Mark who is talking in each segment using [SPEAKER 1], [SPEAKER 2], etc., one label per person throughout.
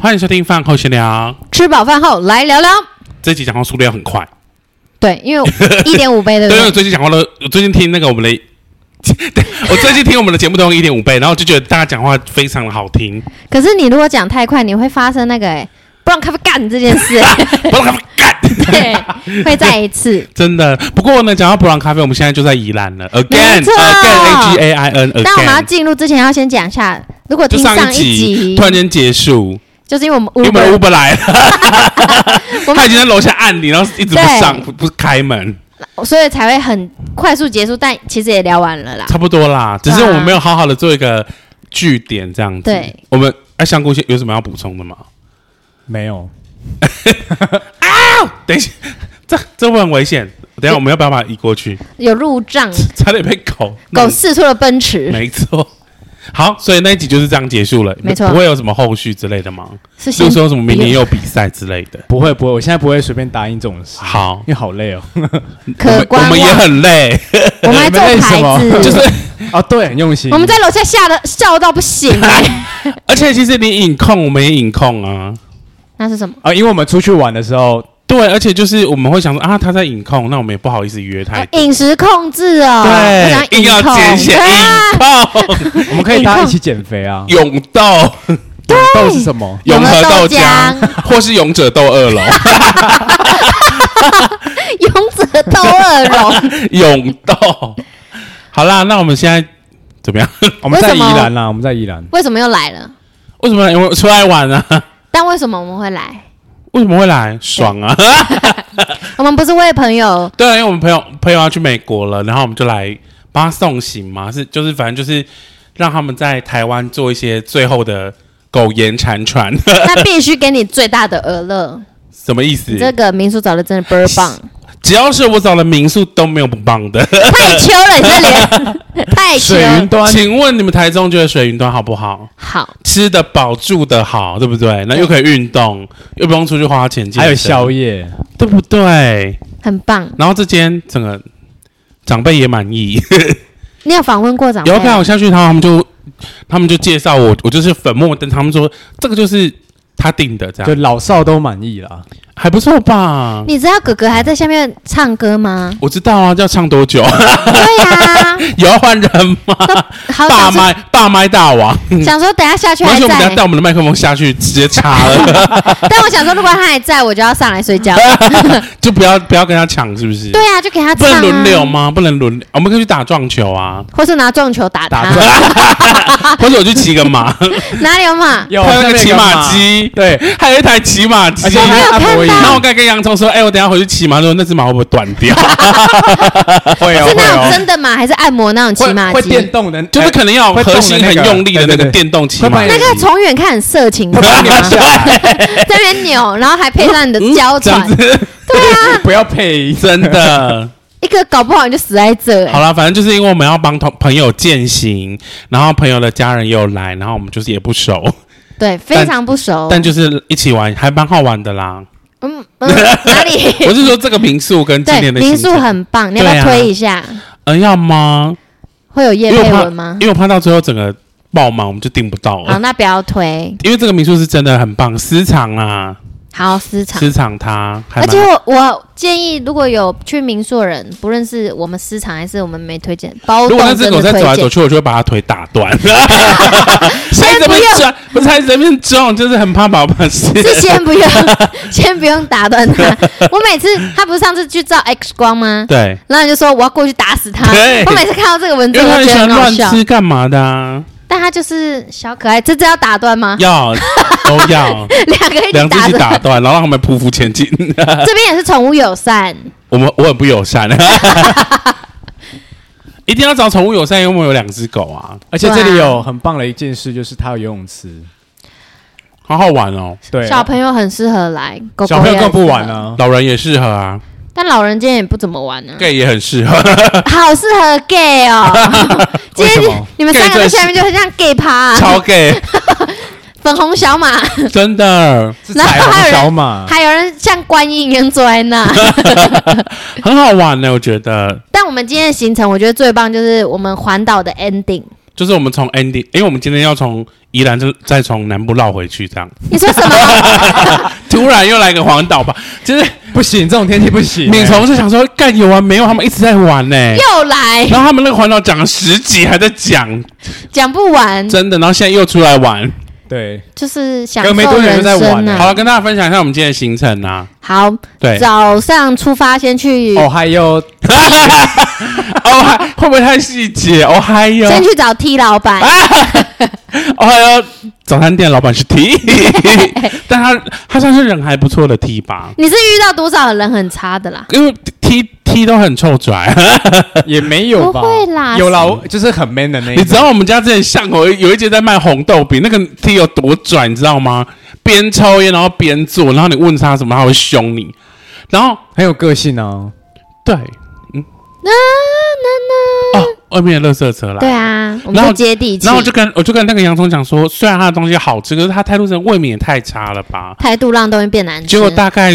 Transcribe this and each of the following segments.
[SPEAKER 1] 欢迎收听饭后闲聊。
[SPEAKER 2] 吃饱饭后来聊聊。
[SPEAKER 1] 这集讲话速度要很快，
[SPEAKER 2] 对，因为一点五倍对
[SPEAKER 1] 对，
[SPEAKER 2] 不
[SPEAKER 1] 因为我
[SPEAKER 2] 对？
[SPEAKER 1] 最近讲话了，我最近听那个我们的， 我最近听我们的节目都用一点五倍，然后就觉得大家讲话非常的好 听，
[SPEAKER 2] 可是你如果讲太快，你会发生那个、欸、不让咖啡干这 件事、
[SPEAKER 1] 不让咖啡干，
[SPEAKER 2] 对，会再一次。
[SPEAKER 1] 真的。不过呢，讲到布朗咖啡，我们现在就在宜兰了，again
[SPEAKER 2] 没错
[SPEAKER 1] again a g a i n
[SPEAKER 2] 但我们要
[SPEAKER 1] again，
[SPEAKER 2] 进入之前，要先讲一下，如果
[SPEAKER 1] 就
[SPEAKER 2] 听
[SPEAKER 1] 上
[SPEAKER 2] 一集，
[SPEAKER 1] 突然间结束，
[SPEAKER 2] 就是因为我们
[SPEAKER 1] 因为我们的
[SPEAKER 2] Uber，
[SPEAKER 1] Uber 来了，
[SPEAKER 2] 我
[SPEAKER 1] 他已
[SPEAKER 2] 们
[SPEAKER 1] 经在楼下按你，然后一直不
[SPEAKER 2] 对
[SPEAKER 1] 上，不不开门，
[SPEAKER 2] 所以才会很快速结束，但其实也聊完了啦。
[SPEAKER 1] 差不多啦，只是
[SPEAKER 2] 对啊
[SPEAKER 1] 我们没有好好的做一个据点这样子。
[SPEAKER 2] 对，
[SPEAKER 1] 我们哎，香菇先有什么要补充的吗？
[SPEAKER 3] 没有，
[SPEAKER 1] 等一下，这这会很危险。等一下我们要不要把它移过 去？
[SPEAKER 2] 有入账，
[SPEAKER 1] 差点被狗
[SPEAKER 2] 狗
[SPEAKER 1] 弄
[SPEAKER 2] 试出了奔驰，
[SPEAKER 1] 没错。好，所以那一集就是这样结束了，
[SPEAKER 2] 没错嗯
[SPEAKER 1] 不会有什么后续之类的吗？
[SPEAKER 2] 是
[SPEAKER 1] 就
[SPEAKER 2] 新
[SPEAKER 1] 是说什么明年也有比赛之类的。
[SPEAKER 3] 不会不会，我现在不会随便答应这种事，
[SPEAKER 1] 好
[SPEAKER 3] 因，为好 累哦。
[SPEAKER 1] 我
[SPEAKER 2] 可
[SPEAKER 1] 们我
[SPEAKER 2] 观望。
[SPEAKER 1] 们也很 累，
[SPEAKER 2] 我们还做
[SPEAKER 3] 你们累什
[SPEAKER 2] 牌
[SPEAKER 3] 么
[SPEAKER 2] 子，
[SPEAKER 3] 就是啊，对，很用心。
[SPEAKER 2] 我们在楼下吓得笑到不行、 欸。
[SPEAKER 1] 而且其实你隐控，我们也隐控啊。
[SPEAKER 2] 那是什么？
[SPEAKER 3] 啊，因为我们出去玩的时 候，
[SPEAKER 1] 对，而且就是我们会想说啊，他在隐控，那我们也不好意思约他。
[SPEAKER 2] 哎饮食控制哦，我想
[SPEAKER 1] 哎对，硬要
[SPEAKER 2] 控
[SPEAKER 1] 艰 险，
[SPEAKER 2] 对啊
[SPEAKER 1] 硬爆
[SPEAKER 3] 我们可以大家一起减肥啊。
[SPEAKER 2] 哎
[SPEAKER 1] 勇斗
[SPEAKER 3] 勇斗是什么？
[SPEAKER 1] 永和
[SPEAKER 2] 和
[SPEAKER 1] 豆
[SPEAKER 2] 豆
[SPEAKER 1] 浆，或是勇者斗二楼，
[SPEAKER 2] 勇者斗恶龙，
[SPEAKER 1] 勇斗。好啦，那我们现在怎么样？
[SPEAKER 3] 我们在
[SPEAKER 2] 为
[SPEAKER 3] 宜
[SPEAKER 2] 什么
[SPEAKER 3] 兰啦，啊我们在宜兰。
[SPEAKER 2] 为什么又来了？
[SPEAKER 1] 为什么来？因为出来玩啊？
[SPEAKER 2] 但为什么我们会来？
[SPEAKER 1] 为什么会来？爽啊！
[SPEAKER 2] 我们不是为朋友，
[SPEAKER 1] 对啊，因为我们朋友朋友要去美国了，然后我们就来帮他送行嘛，是就是反正就是让他们在台湾做一些最后的苟延残喘，
[SPEAKER 2] 那必须给你最大的额乐。
[SPEAKER 1] 什么意思
[SPEAKER 2] 你？这个民宿找的真的倍儿 棒，
[SPEAKER 1] 只要是我找的民宿都没有不棒 的。
[SPEAKER 2] 太秋了，你 这脸太秋
[SPEAKER 3] 哎水。云端
[SPEAKER 1] 请问你们台中觉得水云端好不好？
[SPEAKER 2] 好，
[SPEAKER 1] 吃得饱，住得好，对不对？那又可以运动，又不用出去花钱，
[SPEAKER 3] 还有
[SPEAKER 1] 效
[SPEAKER 3] 宵
[SPEAKER 1] 益，
[SPEAKER 3] 夜，
[SPEAKER 1] 对不对？
[SPEAKER 2] 很棒。
[SPEAKER 1] 然后这间整个长辈也满意。
[SPEAKER 2] 你有访问过长辈啊
[SPEAKER 1] 有
[SPEAKER 2] 吗？
[SPEAKER 1] 看我下去，他们就他们就介绍我，我就是粉末灯，他们说这个就是他订的，这
[SPEAKER 3] 就
[SPEAKER 1] 样
[SPEAKER 3] 老少都满意啦。
[SPEAKER 1] 还不错吧？？
[SPEAKER 2] 你知道哥哥还在下面唱歌吗
[SPEAKER 1] 我知道啊，要唱多 久？
[SPEAKER 2] 对呀、
[SPEAKER 1] 有要换人吗？
[SPEAKER 2] 哦 好
[SPEAKER 1] 大
[SPEAKER 2] 想说
[SPEAKER 1] 麦大麦大王，
[SPEAKER 2] 想说等一下下去
[SPEAKER 1] 而
[SPEAKER 2] 还
[SPEAKER 1] 且我们等下带
[SPEAKER 2] 在，
[SPEAKER 1] 我们的麦克风下去直接插 了，
[SPEAKER 2] 但我想说如果他还在，我就要上来 睡觉。
[SPEAKER 1] 就不要不要跟他抢，是不是？
[SPEAKER 2] 对呀、就给他
[SPEAKER 1] 不
[SPEAKER 2] 唱、啊。
[SPEAKER 1] 能轮流吗？不能轮，我们可以去打撞球啊，
[SPEAKER 2] 或是拿撞球打
[SPEAKER 3] 打
[SPEAKER 2] 他，
[SPEAKER 1] 或者我去骑个马，
[SPEAKER 2] 哪里有 嘛？
[SPEAKER 3] 有
[SPEAKER 1] 还有那个骑马，机，
[SPEAKER 3] 对，
[SPEAKER 1] 还有一台骑马机
[SPEAKER 3] 而。且
[SPEAKER 2] 我没有
[SPEAKER 3] 阿伯
[SPEAKER 2] 看
[SPEAKER 3] 也
[SPEAKER 2] 到
[SPEAKER 1] 然后我刚跟洋葱说：“哎、我等一下回去骑马，说那只马会不会断掉？
[SPEAKER 3] 会哦
[SPEAKER 2] 是那种
[SPEAKER 3] 会
[SPEAKER 2] 真的马，还是按摩那种骑马
[SPEAKER 3] 哦，会会电
[SPEAKER 2] 机？
[SPEAKER 3] 动的，
[SPEAKER 1] 就是
[SPEAKER 3] 哎
[SPEAKER 1] 可能要核心很用力的那个电动骑马
[SPEAKER 3] 会把你
[SPEAKER 2] 那个从远看很色 情，
[SPEAKER 3] 会把你
[SPEAKER 2] 在
[SPEAKER 3] 压下来，
[SPEAKER 2] 那边扭，然后还配上你的娇
[SPEAKER 1] 这样
[SPEAKER 2] 喘，啊
[SPEAKER 1] 子，
[SPEAKER 3] 不要配音。
[SPEAKER 1] 真的。
[SPEAKER 2] 一个搞不好你就死在这、欸
[SPEAKER 1] 好啦，反正就是因为我们要帮同朋友践行，然后朋友的家人又来，然后我们就是也不熟，
[SPEAKER 2] 哦对，非常不熟。
[SPEAKER 1] 但就是一起玩，还蛮好玩的啦。
[SPEAKER 2] 嗯 嗯，哪里？
[SPEAKER 1] 我是说这个民宿跟今
[SPEAKER 2] 对，
[SPEAKER 1] 年的
[SPEAKER 2] 民
[SPEAKER 1] 行
[SPEAKER 2] 宿
[SPEAKER 1] 程，
[SPEAKER 2] 很棒，你要不要
[SPEAKER 1] 对啊
[SPEAKER 2] 推一下？
[SPEAKER 1] 嗯、要吗？
[SPEAKER 2] 会有叶
[SPEAKER 1] 因为我
[SPEAKER 2] 佩
[SPEAKER 1] 怕
[SPEAKER 2] 文吗，啊
[SPEAKER 1] 因？为我怕到最后整个爆满，我们就订不到
[SPEAKER 2] 好，
[SPEAKER 1] 了。
[SPEAKER 2] 那不要推。
[SPEAKER 1] 因为这个民宿是真的很棒，私藏啦，
[SPEAKER 2] 好，私藏。
[SPEAKER 1] 私藏它，还
[SPEAKER 2] 而
[SPEAKER 1] 蛮
[SPEAKER 2] 且我我建议，如果有去民宿的人，不论是我们私藏还是我们没推荐，包
[SPEAKER 1] 如
[SPEAKER 2] 栋
[SPEAKER 1] 果那只
[SPEAKER 2] 真的
[SPEAKER 1] 狗在
[SPEAKER 2] 推
[SPEAKER 1] 走来
[SPEAKER 2] 荐
[SPEAKER 1] 走。去，我就会把它腿打断。
[SPEAKER 2] 先
[SPEAKER 1] 还在那
[SPEAKER 2] 哎不
[SPEAKER 1] 边
[SPEAKER 2] 用
[SPEAKER 1] 撞，不是还在那边撞，就是很怕宝宝是。
[SPEAKER 2] 是先 不用，先不用打断他。我每次他不是上次去照 X 光吗？
[SPEAKER 1] 对，
[SPEAKER 2] 然后你就说我要过去打死他。
[SPEAKER 1] 对
[SPEAKER 2] 我每次看到这个文字，
[SPEAKER 1] 因为他
[SPEAKER 2] 我
[SPEAKER 1] 很
[SPEAKER 2] 觉
[SPEAKER 1] 喜
[SPEAKER 2] 得
[SPEAKER 1] 欢
[SPEAKER 2] 很好
[SPEAKER 1] 乱
[SPEAKER 2] 笑。
[SPEAKER 1] 吃，干嘛的、啊？
[SPEAKER 2] 但他就是小可爱，这这要打断吗？
[SPEAKER 1] 要都 要，
[SPEAKER 2] 两个一起
[SPEAKER 1] 两只
[SPEAKER 2] 打
[SPEAKER 1] 一起打
[SPEAKER 2] 断。
[SPEAKER 1] 断，然后让他们匍匐前进。
[SPEAKER 2] 这边也是宠物友善，
[SPEAKER 1] 我们我很不友善， 一定要找宠物友善，因为我们有两只狗啊，
[SPEAKER 3] 而且这
[SPEAKER 2] 对啊
[SPEAKER 3] 里有很棒的一件事，就是它有游泳池，
[SPEAKER 1] 好好玩哦。
[SPEAKER 3] 对，啊
[SPEAKER 2] 小朋友很适合来，狗狗
[SPEAKER 3] 小朋友
[SPEAKER 2] 也
[SPEAKER 3] 更不玩
[SPEAKER 2] 很适合
[SPEAKER 3] 啊。
[SPEAKER 1] 老人也适合啊
[SPEAKER 2] 但老人今天也不怎么玩呢、
[SPEAKER 1] ，gay 也很适合。
[SPEAKER 2] 好适合 gay 哦。今
[SPEAKER 3] 为
[SPEAKER 2] 天
[SPEAKER 3] 什么
[SPEAKER 2] 你们三个
[SPEAKER 1] gay 最
[SPEAKER 2] 在下面就很像 gay 趴、啊
[SPEAKER 1] 超啊 gay，
[SPEAKER 2] 粉红小马，
[SPEAKER 1] 真的
[SPEAKER 3] 是
[SPEAKER 2] 然后
[SPEAKER 3] 彩
[SPEAKER 2] 还有人
[SPEAKER 3] 虹小马，
[SPEAKER 2] 还有人像观音一样坐在那。
[SPEAKER 1] 很好玩欸呢。我觉得，
[SPEAKER 2] 但我们今天的行程，我觉得最棒就是我们环岛的 ending。
[SPEAKER 1] 就是我们从 ending，因为我们今天要从宜兰就再从南部绕回去，这样
[SPEAKER 2] 你说什么？
[SPEAKER 1] 突然又来个环岛 吧，就是
[SPEAKER 3] 不行，这种天气不行、
[SPEAKER 1] 敏从是想说干有完没有，他们一直在玩呢、
[SPEAKER 2] 又来
[SPEAKER 1] 然后他们那个环岛讲了十集还在讲，
[SPEAKER 2] 讲不完，
[SPEAKER 1] 真的，然后现在又出来玩。
[SPEAKER 3] 对，
[SPEAKER 2] 就是享
[SPEAKER 3] 隔没
[SPEAKER 2] 受
[SPEAKER 3] 多久
[SPEAKER 2] 人
[SPEAKER 3] 就在玩
[SPEAKER 2] 生
[SPEAKER 3] 了
[SPEAKER 1] 好
[SPEAKER 2] 啊
[SPEAKER 1] 了，。跟大家分享一下我们今天的行程啊。
[SPEAKER 2] 好，
[SPEAKER 1] 嗯对，
[SPEAKER 2] 早上出发先去，
[SPEAKER 3] 哦还有
[SPEAKER 1] 哦嗨，会不会太细 节？哦嗨哟，
[SPEAKER 2] 先去找 T 老板。
[SPEAKER 1] 哦嗨哟，早餐店老板是 T，但他他算是人还不错的 T 吧，
[SPEAKER 2] 你是遇到多少人很差的啦？
[SPEAKER 1] 因为 T T 都很臭拽。啊
[SPEAKER 3] 也没有吧？
[SPEAKER 2] 不会啦
[SPEAKER 3] 有啦，我就是很 man 的那
[SPEAKER 1] 你
[SPEAKER 3] 一种。
[SPEAKER 1] 知道我们家之前巷口有一间在卖红豆饼，那个 T 有多拽，你知道吗？边抽烟然后边做，然后你问他什么，他会凶你。然后
[SPEAKER 3] 很有个性
[SPEAKER 1] 啊
[SPEAKER 3] 哦、
[SPEAKER 1] 对，
[SPEAKER 2] 那那
[SPEAKER 1] 哦，外面的垃圾车
[SPEAKER 2] 那，
[SPEAKER 1] 啦。
[SPEAKER 2] 嗯对啊，我们
[SPEAKER 1] 然后
[SPEAKER 2] 就接地气
[SPEAKER 1] 然，后我就跟我就跟那个洋葱讲说，虽然他的东西好吃，可是他态度真的未免也太差了吧？
[SPEAKER 2] 态度让东西变难吃
[SPEAKER 1] 结。果大概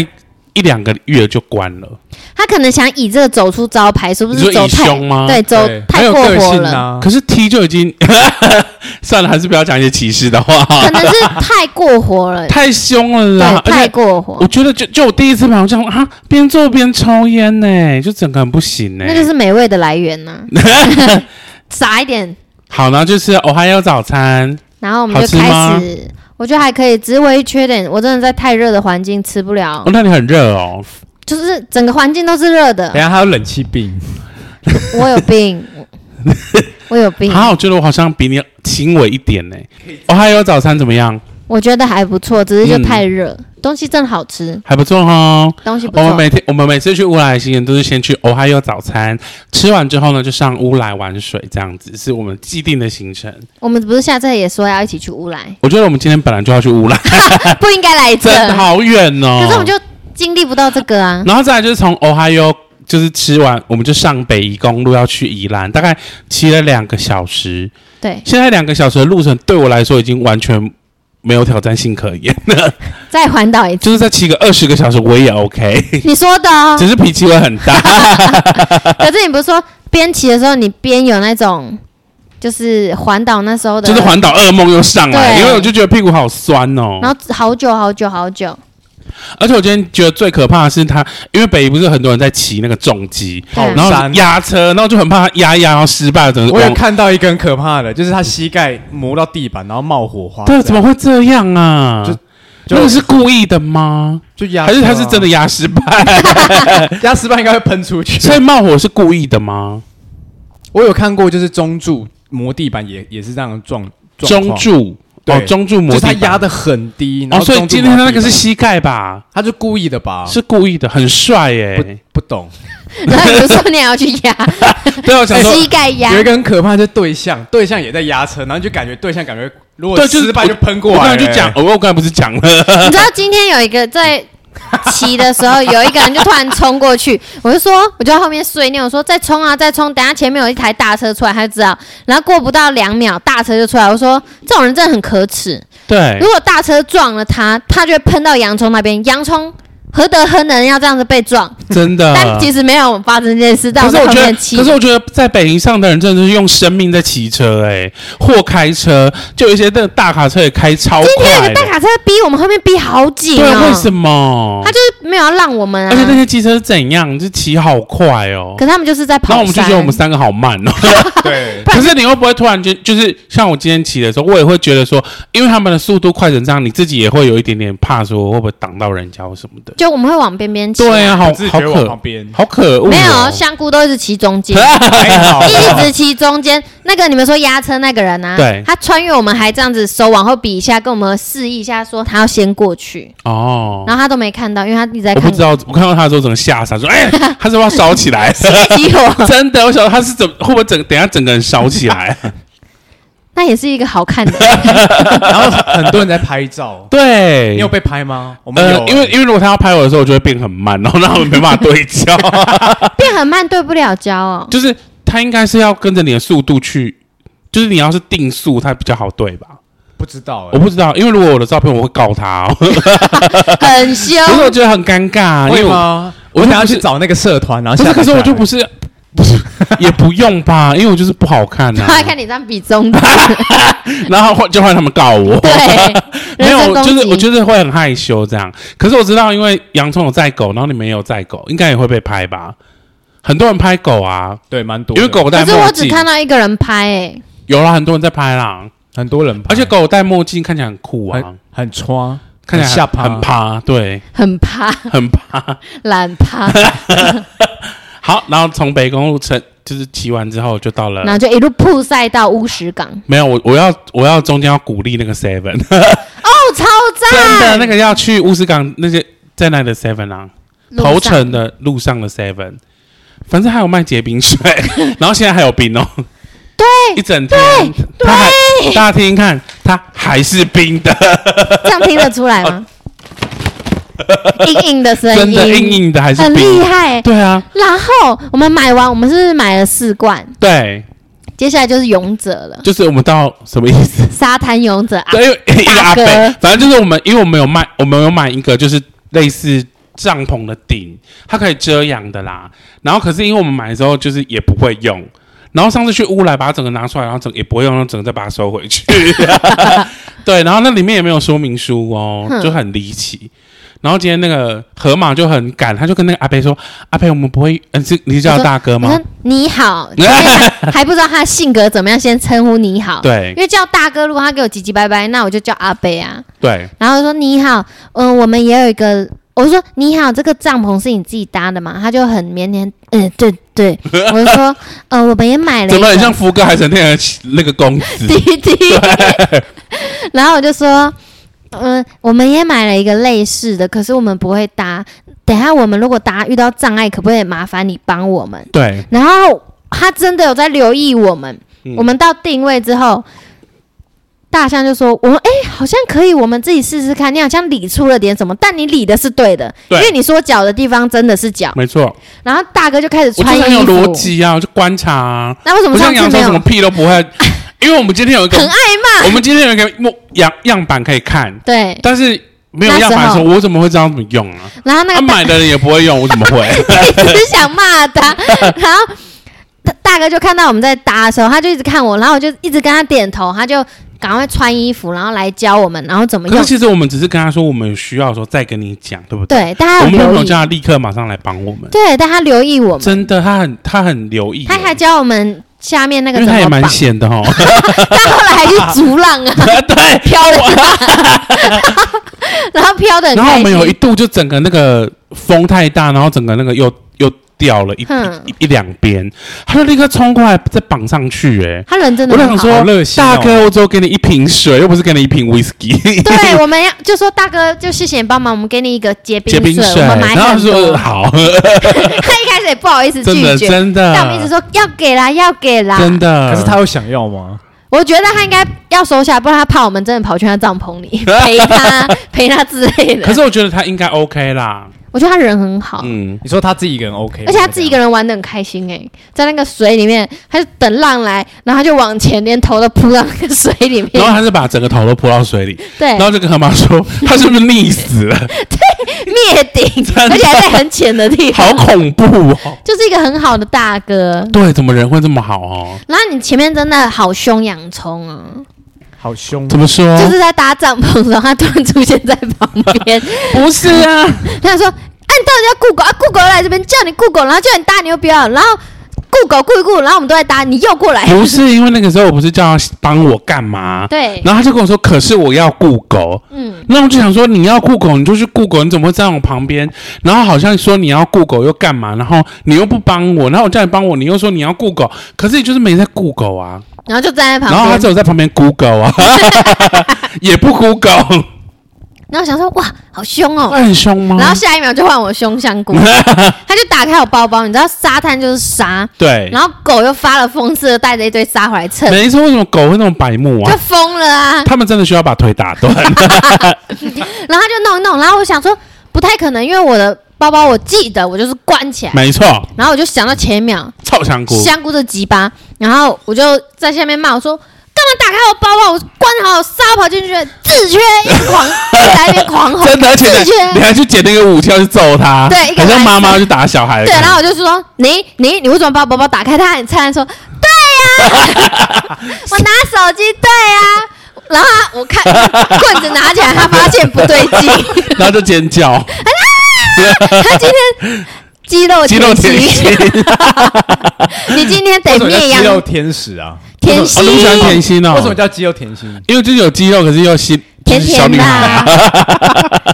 [SPEAKER 1] 一两个月就关了。
[SPEAKER 2] 他可能想以这个走出招牌，是不
[SPEAKER 1] 你说
[SPEAKER 2] 是走
[SPEAKER 1] 以
[SPEAKER 2] 太
[SPEAKER 1] 凶吗
[SPEAKER 2] 对，走
[SPEAKER 3] 对，很
[SPEAKER 2] 太
[SPEAKER 3] 有
[SPEAKER 2] 过
[SPEAKER 3] 个
[SPEAKER 2] 火
[SPEAKER 3] 性
[SPEAKER 2] 了。
[SPEAKER 3] 啊。
[SPEAKER 1] 可是 T 就已经 算了，还是不要讲一些歧视的话
[SPEAKER 2] 可，能是太过 火了，
[SPEAKER 1] 太凶了啦
[SPEAKER 2] 对，。
[SPEAKER 1] 啊而
[SPEAKER 2] 太
[SPEAKER 1] 且
[SPEAKER 2] 过火
[SPEAKER 1] 我，觉得就就我第一次买，我就想说啊，边做边抽烟呢、就整个很不行呢、
[SPEAKER 2] 那就是美味的来 源呢、撒一点，
[SPEAKER 1] 好，然后就是哦，还有早餐，
[SPEAKER 2] 然后我们
[SPEAKER 1] 好
[SPEAKER 2] 就
[SPEAKER 1] 吃
[SPEAKER 2] 开
[SPEAKER 1] 吗
[SPEAKER 2] 始。我觉得还可以，只是唯一缺点，我真的在太热的环境吃不了
[SPEAKER 1] 哦，，那里很热哦，
[SPEAKER 2] 就是整个环境都是热
[SPEAKER 3] 等一
[SPEAKER 1] 哎
[SPEAKER 2] 的。
[SPEAKER 3] 下还有冷气病，
[SPEAKER 2] 我有 病，我有病，
[SPEAKER 1] 啊，我觉得我好像比你轻微一点呢、哦，还有早餐怎么样？
[SPEAKER 2] 我觉得还不错，只是就
[SPEAKER 1] 嗯
[SPEAKER 2] 太热。东西真的好吃，
[SPEAKER 1] 还不错哦。
[SPEAKER 2] 东西不
[SPEAKER 1] 我们
[SPEAKER 2] 错。
[SPEAKER 1] 每天我们每次去乌来的行程都是先去 Ohio 早餐，吃完之后呢就上乌来玩水，这样子是我们既定的行程。
[SPEAKER 2] 我们不是下次也说要一起去乌来，
[SPEAKER 1] 我觉得我们今天本来就要去乌来，
[SPEAKER 2] 不应该来这，
[SPEAKER 1] 哎真的好远哦。
[SPEAKER 2] 可是我们就经历不到这个啊。
[SPEAKER 1] 然后再来就是从 Ohio 就是吃完，我们就上北宜公路要去宜兰，大概骑了两个小时。
[SPEAKER 2] 对，
[SPEAKER 1] 现在两个小时的路程对我来说已经完全没有挑战性可言，
[SPEAKER 2] 再环岛一次，
[SPEAKER 1] 就是再骑个二十个小时我也 OK，
[SPEAKER 2] 你说的哦。
[SPEAKER 1] 只是脾气会很大。
[SPEAKER 2] 可是你不是说边骑的时候，你边有那种就是环岛那时候的，
[SPEAKER 1] 就是环岛噩梦又上来，
[SPEAKER 2] 对
[SPEAKER 1] 因为我就觉得屁股好酸哦。
[SPEAKER 2] 然后好久好久好久，
[SPEAKER 1] 而且我今天觉得最可怕的是他，因为北宜不是很多人在骑那个重机，
[SPEAKER 2] 对啊
[SPEAKER 1] 然后压车，然后就很怕他压一压然后失败，整个
[SPEAKER 3] 我有
[SPEAKER 1] 往
[SPEAKER 3] 看到一个很可怕的，就是他膝盖磨到地板，然后冒火花。
[SPEAKER 1] 对，怎么会这样啊？
[SPEAKER 3] 就
[SPEAKER 1] 那个是故意的吗？
[SPEAKER 3] 就压？
[SPEAKER 1] 还是他是真的压啊失败？
[SPEAKER 3] 压失败应该会喷出 去。
[SPEAKER 1] 所以冒火是故意的吗？
[SPEAKER 3] 我有看过，就是中柱磨地板也也是这样的状状
[SPEAKER 1] 中
[SPEAKER 3] 况，
[SPEAKER 1] 柱哦，
[SPEAKER 3] 对
[SPEAKER 1] 中柱
[SPEAKER 3] 就
[SPEAKER 1] 磨
[SPEAKER 3] 是
[SPEAKER 1] 地
[SPEAKER 3] 他
[SPEAKER 1] 板
[SPEAKER 3] 压的很低，然
[SPEAKER 1] 哦，
[SPEAKER 3] 后
[SPEAKER 1] 所以
[SPEAKER 3] 中柱
[SPEAKER 1] 今天
[SPEAKER 3] 磨
[SPEAKER 1] 他那
[SPEAKER 3] 地
[SPEAKER 1] 个是
[SPEAKER 3] 板
[SPEAKER 1] 膝盖吧？
[SPEAKER 3] 他是故意的吧？
[SPEAKER 1] 是哎故意的，很帅耶！
[SPEAKER 3] 不懂。
[SPEAKER 2] 然后你不是说你也要去压
[SPEAKER 1] 对，
[SPEAKER 3] 啊
[SPEAKER 1] 我想说，
[SPEAKER 2] 膝盖压
[SPEAKER 3] 有，一个很可怕，就是对象，对象也在压车，然后就感觉对象感觉如果
[SPEAKER 1] 对就是
[SPEAKER 3] 失败就喷过
[SPEAKER 1] 我
[SPEAKER 3] 来
[SPEAKER 1] 刚才
[SPEAKER 3] 了，
[SPEAKER 1] 就讲，我哦我刚才不是讲了？
[SPEAKER 2] 你知道今天有一个在。骑的时候，有一个人就突然冲过去， 我就说，我就在后面碎念，我说再冲啊，再冲，等下前面有一台大车出来，他就知道。然后过不到两秒，大车就出来，我说这种人真的很可耻。
[SPEAKER 1] 对
[SPEAKER 2] 如，果大车撞了他，他就会喷到洋葱那边，洋葱何德何能要这样子被撞？
[SPEAKER 1] 真的。
[SPEAKER 2] 但其实没有发生这件事，但
[SPEAKER 1] 呃可是
[SPEAKER 2] 在
[SPEAKER 1] 我
[SPEAKER 2] 后
[SPEAKER 1] 觉得，
[SPEAKER 2] 面气
[SPEAKER 1] 可是。我觉得在北营上的人真的是用生命在骑车、欸，或开车，就有一些那个大卡车也开超
[SPEAKER 2] 今天有
[SPEAKER 1] 快的
[SPEAKER 2] 个大卡车逼我们后面逼好紧
[SPEAKER 1] 对，啊为
[SPEAKER 2] 哦，
[SPEAKER 1] 什么
[SPEAKER 2] 他？就是没有要让我们
[SPEAKER 1] 而且那
[SPEAKER 2] 啊。
[SPEAKER 1] 些机车是怎样，就骑好快哦。
[SPEAKER 2] 可是他们就是在
[SPEAKER 1] 然后
[SPEAKER 2] 跑
[SPEAKER 1] 我们就
[SPEAKER 2] 山
[SPEAKER 1] 觉，得我们三个好慢哦。
[SPEAKER 3] 对，
[SPEAKER 1] 可是你会不会突然间就是像我今天骑的时候，我也会觉得说，因为他们的速度快成这样，你自己也会有一点点怕，说会不会挡到人家或什么的。
[SPEAKER 2] 就我们会往边边骑。
[SPEAKER 1] 对啊，好
[SPEAKER 3] 自己
[SPEAKER 1] 好
[SPEAKER 3] 觉得往旁
[SPEAKER 1] 可
[SPEAKER 3] 边
[SPEAKER 1] 好可恶、哦。
[SPEAKER 2] 没 有香菇都一直骑中间，
[SPEAKER 3] 还好，
[SPEAKER 2] 一直骑中间。那个你们说压车那个人啊，
[SPEAKER 1] 对
[SPEAKER 2] 他穿越我们还这样子手往后比一下，跟我们示意一下说他要先过去，
[SPEAKER 1] 哦。
[SPEAKER 2] 然后他都没看到，因为他一直在
[SPEAKER 1] 我不
[SPEAKER 2] 看
[SPEAKER 1] 知道，我看到他的时候整个吓傻，说：“ 哎、他是不是要烧起来？”
[SPEAKER 2] 骑我，
[SPEAKER 1] 真的，我想他是怎会不会整等一下整个人烧起来？
[SPEAKER 2] 那也是一个好看的。
[SPEAKER 3] 然后很多人在拍 照，
[SPEAKER 1] 对，
[SPEAKER 3] 你有被拍吗？我们
[SPEAKER 1] 呃
[SPEAKER 3] 有，，啊
[SPEAKER 1] 因为因为如果他要拍我的时候，我就会变很慢，然后让我没办法对焦。
[SPEAKER 2] 变很慢，对不了焦哦。
[SPEAKER 1] 就是他应该是要跟着你的速度去，就是你要是定速，他比较好对吧？
[SPEAKER 3] 不知道，啊
[SPEAKER 1] 我不知道，因为如果我的照片，我会告他、哦。
[SPEAKER 2] 很 凶
[SPEAKER 1] 啊可是我觉得很尴尬，因
[SPEAKER 3] 为
[SPEAKER 1] 为我
[SPEAKER 3] 吗？我
[SPEAKER 1] 我
[SPEAKER 3] 等
[SPEAKER 1] 就
[SPEAKER 3] 下
[SPEAKER 1] 不是
[SPEAKER 3] 去找那个社团，然后
[SPEAKER 1] 不是，
[SPEAKER 3] 下载
[SPEAKER 1] 可是
[SPEAKER 3] 下
[SPEAKER 1] 我
[SPEAKER 3] 来
[SPEAKER 1] 就不是。也不用吧，因为我就是不好看呐、
[SPEAKER 2] 他还看你这样比中指，
[SPEAKER 1] 然后换就换他们告我，
[SPEAKER 2] 对，
[SPEAKER 1] 没
[SPEAKER 2] 人
[SPEAKER 1] 有
[SPEAKER 2] 身，攻
[SPEAKER 1] 就是
[SPEAKER 2] 击
[SPEAKER 1] 我就是会很害羞这样。可是我知道，因为洋葱有在狗，然后你们也有在狗，应该也会被拍吧？很多人拍狗啊，
[SPEAKER 3] 对，蛮多
[SPEAKER 1] 因
[SPEAKER 3] 的，
[SPEAKER 1] 为狗戴
[SPEAKER 2] 可是我
[SPEAKER 1] 墨
[SPEAKER 2] 只
[SPEAKER 1] 镜，
[SPEAKER 2] 看到一个人拍、欸，
[SPEAKER 1] 有了很多人在拍啦，
[SPEAKER 3] 很多人拍，
[SPEAKER 1] 而且狗戴墨镜看起来很酷啊
[SPEAKER 3] 很，很穿，
[SPEAKER 1] 看起来
[SPEAKER 3] 很下
[SPEAKER 1] 很
[SPEAKER 3] 趴
[SPEAKER 1] 很趴，对，
[SPEAKER 2] 很趴，
[SPEAKER 1] 很趴。
[SPEAKER 2] 懒 趴，
[SPEAKER 1] 好，然后从北公路乘就是骑完之后就到了
[SPEAKER 2] 然。后就一路曝晒到乌石港，
[SPEAKER 1] 没有，我我要我要中间要鼓励那个 Seven，
[SPEAKER 2] 哦，超
[SPEAKER 1] 真的
[SPEAKER 2] 赞！
[SPEAKER 1] 那个要去乌斯港那些在那里的 Seven 啊，
[SPEAKER 2] 路上
[SPEAKER 1] 头城的路上的 Seven，反正还有卖结冰水， 然后现在还有冰哦，一
[SPEAKER 2] 对，
[SPEAKER 1] 整天，它还大家听听看，它还是冰的，
[SPEAKER 2] 这样听得出来 吗？硬硬的声音，
[SPEAKER 1] 真的硬硬的还是
[SPEAKER 2] 很
[SPEAKER 1] 冰
[SPEAKER 2] 厉，害欸。
[SPEAKER 1] 对啊，
[SPEAKER 2] 然后我们买完，我们是买了四罐，
[SPEAKER 1] 对，
[SPEAKER 2] 接下来就是勇者了，
[SPEAKER 1] 就是我们到什么意思？
[SPEAKER 2] 沙滩勇者啊，
[SPEAKER 1] 对，因为 一个阿
[SPEAKER 2] 大哥
[SPEAKER 1] 伯，反正就是我们，因为我们有卖，我们有买一个就是类似帐篷的顶，它可以遮阳的啦。然后可是因为我们买的时候就是也不会用，然后上次去乌来把它整个拿出来，然后整个也不会用，然后整个再把它收回 去。 对，然后那里面也没有说明书哦，
[SPEAKER 2] 哼
[SPEAKER 1] 就很离奇。然后今天那个河马就很赶，他就跟那个阿伯说：“阿伯，我们不会，嗯、是你是叫大哥
[SPEAKER 2] 我
[SPEAKER 1] 吗
[SPEAKER 2] 说你好， 前面还还不知道他的性格怎么样，先称呼你好。？”
[SPEAKER 1] 对
[SPEAKER 2] 因为叫大哥，如果他给我唧唧拜拜，那我就叫阿贝啊。
[SPEAKER 1] 对，
[SPEAKER 2] 然后说你好，嗯、我们也有一个，我说你好，这个帐篷是你自己搭的吗？他就很腼腆，嗯、对 对，我就说，呃，我们也买了
[SPEAKER 1] 怎
[SPEAKER 2] 一
[SPEAKER 1] 么
[SPEAKER 2] 个
[SPEAKER 1] 很 像福哥还成天的那个公子？
[SPEAKER 2] 滴滴，然后我就说，嗯、我们也买了一个类似的，可是我们不会搭，等一下我们如果搭遇到障碍，可不可以麻烦你帮我们？
[SPEAKER 1] 对，
[SPEAKER 2] 然后他真的有在留意我们，
[SPEAKER 1] 嗯
[SPEAKER 2] 我们到定位之后。大象就说：“我们哎、好像可以，我们自己试试看。你好像理出了点什么，但你理的是对的，
[SPEAKER 1] 对
[SPEAKER 2] 因为你说脚的地方真的是脚。
[SPEAKER 1] 没错。
[SPEAKER 2] 然后大哥就开始
[SPEAKER 1] 我就
[SPEAKER 2] 穿
[SPEAKER 1] 是很有
[SPEAKER 2] 衣
[SPEAKER 1] 逻
[SPEAKER 2] 服，
[SPEAKER 1] 辑啊，我就观察啊，
[SPEAKER 2] 那为什
[SPEAKER 1] 不
[SPEAKER 2] 么上
[SPEAKER 1] 像洋
[SPEAKER 2] 次没
[SPEAKER 1] 葱什
[SPEAKER 2] 有
[SPEAKER 1] 么？屁都不会， 因为我们今天有一个
[SPEAKER 2] 很爱
[SPEAKER 1] 我们今天有一个模样样板可以看，
[SPEAKER 2] 对，
[SPEAKER 1] 但是没有样板的时候，我怎么会知道怎么用啊？
[SPEAKER 2] 然后那
[SPEAKER 1] 他
[SPEAKER 2] 个大
[SPEAKER 1] 买的人也不会用，我 怎么会？
[SPEAKER 2] 一直想骂 他，
[SPEAKER 1] 嗯
[SPEAKER 2] 然后大大哥就看到我们在搭的时候，他就一直看我，然后我就一直跟他点头，他就赶快穿衣服，然后来教我们，然后怎么
[SPEAKER 1] 可是
[SPEAKER 2] 用。
[SPEAKER 1] 其实我们只是跟他说我们有需要的时候再跟你讲，对不对？
[SPEAKER 2] 对，但他
[SPEAKER 1] 我
[SPEAKER 2] 有
[SPEAKER 1] 们有没
[SPEAKER 2] 留
[SPEAKER 1] 有
[SPEAKER 2] 意，
[SPEAKER 1] 叫他立刻马上来帮我们？
[SPEAKER 2] 对，但他留意我们，
[SPEAKER 1] 真的，他很他很留意耶，
[SPEAKER 2] 他还教我们下面那
[SPEAKER 1] 因
[SPEAKER 2] 个
[SPEAKER 1] 为
[SPEAKER 2] 怎
[SPEAKER 1] 他也
[SPEAKER 2] 么
[SPEAKER 1] 蛮
[SPEAKER 2] 绑，
[SPEAKER 1] 闲 的哈。哦
[SPEAKER 2] 但后来还去逐浪啊，
[SPEAKER 1] 对，
[SPEAKER 2] 飘了，然后飘的很
[SPEAKER 1] 然后我
[SPEAKER 2] 开
[SPEAKER 1] 们有一
[SPEAKER 2] 心。
[SPEAKER 1] 度就整个那个风太大，然后整个那个又又掉了一
[SPEAKER 2] 哼
[SPEAKER 1] 一一一两边，他就立刻冲过来再绑上去、欸，
[SPEAKER 2] 他人真的
[SPEAKER 1] 我就
[SPEAKER 2] 很
[SPEAKER 1] 想
[SPEAKER 2] 好
[SPEAKER 1] 说
[SPEAKER 3] 好热，心哦
[SPEAKER 1] 大哥，我只有给你一瓶水，又不是给你一瓶 whisky。
[SPEAKER 2] 对，我们要就说大哥，就谢谢你帮忙，我们给你一个结冰
[SPEAKER 1] 结冰水，
[SPEAKER 2] 水，我们买
[SPEAKER 1] 然后他
[SPEAKER 2] 很
[SPEAKER 1] 说
[SPEAKER 2] 多
[SPEAKER 1] 呃。好，
[SPEAKER 2] 他一开始也不好意思
[SPEAKER 1] 真的
[SPEAKER 2] 拒绝，
[SPEAKER 1] 真的，
[SPEAKER 2] 但我们一直说啊要给啦，要给啦，
[SPEAKER 1] 真的，
[SPEAKER 3] 呃可是他有想要吗？
[SPEAKER 2] 我觉得他应该要收下，不然他怕我们真的跑去他帐 篷里陪他陪他之类
[SPEAKER 1] 可
[SPEAKER 2] 的。
[SPEAKER 1] 是我觉得他应该 OK 啦，
[SPEAKER 2] 我觉得他人很好，
[SPEAKER 1] 嗯，
[SPEAKER 3] 你说他自己一个人 OK，
[SPEAKER 2] 而且他自己一个
[SPEAKER 3] 人，
[SPEAKER 2] 人玩的很开心诶、在那个水里面，他就等浪来，然后他就往前，连头都扑到那个水里
[SPEAKER 1] 然后
[SPEAKER 2] 面。
[SPEAKER 1] 他是把整个头都泼到水里，
[SPEAKER 2] 对
[SPEAKER 1] 然，后就跟他妈 说，他是不是溺死了？
[SPEAKER 2] 灭 顶
[SPEAKER 1] 真，的
[SPEAKER 2] 而且还在很浅的地
[SPEAKER 1] 好
[SPEAKER 2] 方，
[SPEAKER 1] 恐怖 哦！
[SPEAKER 2] 就是一个很好的大哥。
[SPEAKER 1] 对，怎么人会这么好哦？
[SPEAKER 2] 然后你前面真的好凶洋葱啊，
[SPEAKER 3] 好凶，
[SPEAKER 1] 怎么说？
[SPEAKER 2] 就是在搭帐篷的时候，他突然出现在旁 边，
[SPEAKER 1] 不是啊，
[SPEAKER 2] 他说：“啊，你到底要雇狗啊？雇狗来这边叫你雇狗，然后叫你搭，你又不要，然后雇狗雇一雇，然后我们都在搭，你又 过来。
[SPEAKER 1] 不是因为那个时候我不是叫他帮我干嘛”？
[SPEAKER 2] 对，
[SPEAKER 1] 然后他就跟我说：“可是我要雇狗。”
[SPEAKER 2] 嗯，
[SPEAKER 1] 那我就想说：“你要雇狗，你就去雇狗，你怎么会在我旁边？”然后好像说你要雇狗又干嘛？然后你又不帮我，然后我叫你帮我，你又说你要雇狗，可是你就是没在雇狗啊。
[SPEAKER 2] 然后就站在旁
[SPEAKER 1] 然后他
[SPEAKER 2] 边，
[SPEAKER 1] 只有在旁边 Google 啊，也不 Google，
[SPEAKER 2] 然后想说：“哇，好凶
[SPEAKER 1] 他
[SPEAKER 2] 哦！”
[SPEAKER 1] 很凶吗？
[SPEAKER 2] 然后下一秒就换我凶香 菇，他就打开我包包，你知道沙滩就是沙，
[SPEAKER 1] 对，
[SPEAKER 2] 然后狗又发了疯似的带着一堆沙回来蹭，
[SPEAKER 1] 没错，为什么狗会那么白目啊
[SPEAKER 2] 就？疯了啊！
[SPEAKER 1] 他们真的需要把腿打 断。
[SPEAKER 2] 然后他就弄一弄，然后我想说不太可能，因为我的包包我记得我就是关起来，
[SPEAKER 1] 没错，
[SPEAKER 2] 然后我就想到前一秒
[SPEAKER 1] 臭香菇。
[SPEAKER 2] 香菇的鸡巴，然后我就在下面骂我说：“干打开我包啊包，我关好，杀跑进去，自缺一狂，在那边狂 吼，
[SPEAKER 1] 真的，而且
[SPEAKER 2] 自缺。
[SPEAKER 1] 你还去捡那个武器要去揍他，
[SPEAKER 2] 对一个
[SPEAKER 1] 好像
[SPEAKER 2] 男
[SPEAKER 1] 妈妈
[SPEAKER 2] 生
[SPEAKER 1] 去打小孩的
[SPEAKER 2] 对，
[SPEAKER 1] 感觉。
[SPEAKER 2] 然后我就说你你你为什么把我包包打开？他很灿烂说对呀、我拿手机对呀、然后他我看 棍子拿起来，他发现不对劲，
[SPEAKER 1] 然后就尖 叫，
[SPEAKER 2] 他今天肌肉
[SPEAKER 1] 肌肉
[SPEAKER 2] 前
[SPEAKER 1] 前
[SPEAKER 2] 倾
[SPEAKER 1] 倾，
[SPEAKER 2] 你今天得
[SPEAKER 3] 为什么叫
[SPEAKER 2] 灭
[SPEAKER 3] 肌
[SPEAKER 2] 羊
[SPEAKER 3] 肉天使啊？
[SPEAKER 2] 甜
[SPEAKER 1] 我那么喜欢甜
[SPEAKER 2] 心，
[SPEAKER 1] 心 哦，
[SPEAKER 3] 为什么叫肌肉甜心？
[SPEAKER 1] 因为就是有肌肉，可是又心
[SPEAKER 2] 甜
[SPEAKER 1] 就是小
[SPEAKER 2] 甜
[SPEAKER 1] 女
[SPEAKER 2] 的
[SPEAKER 1] 孩，
[SPEAKER 2] 啊。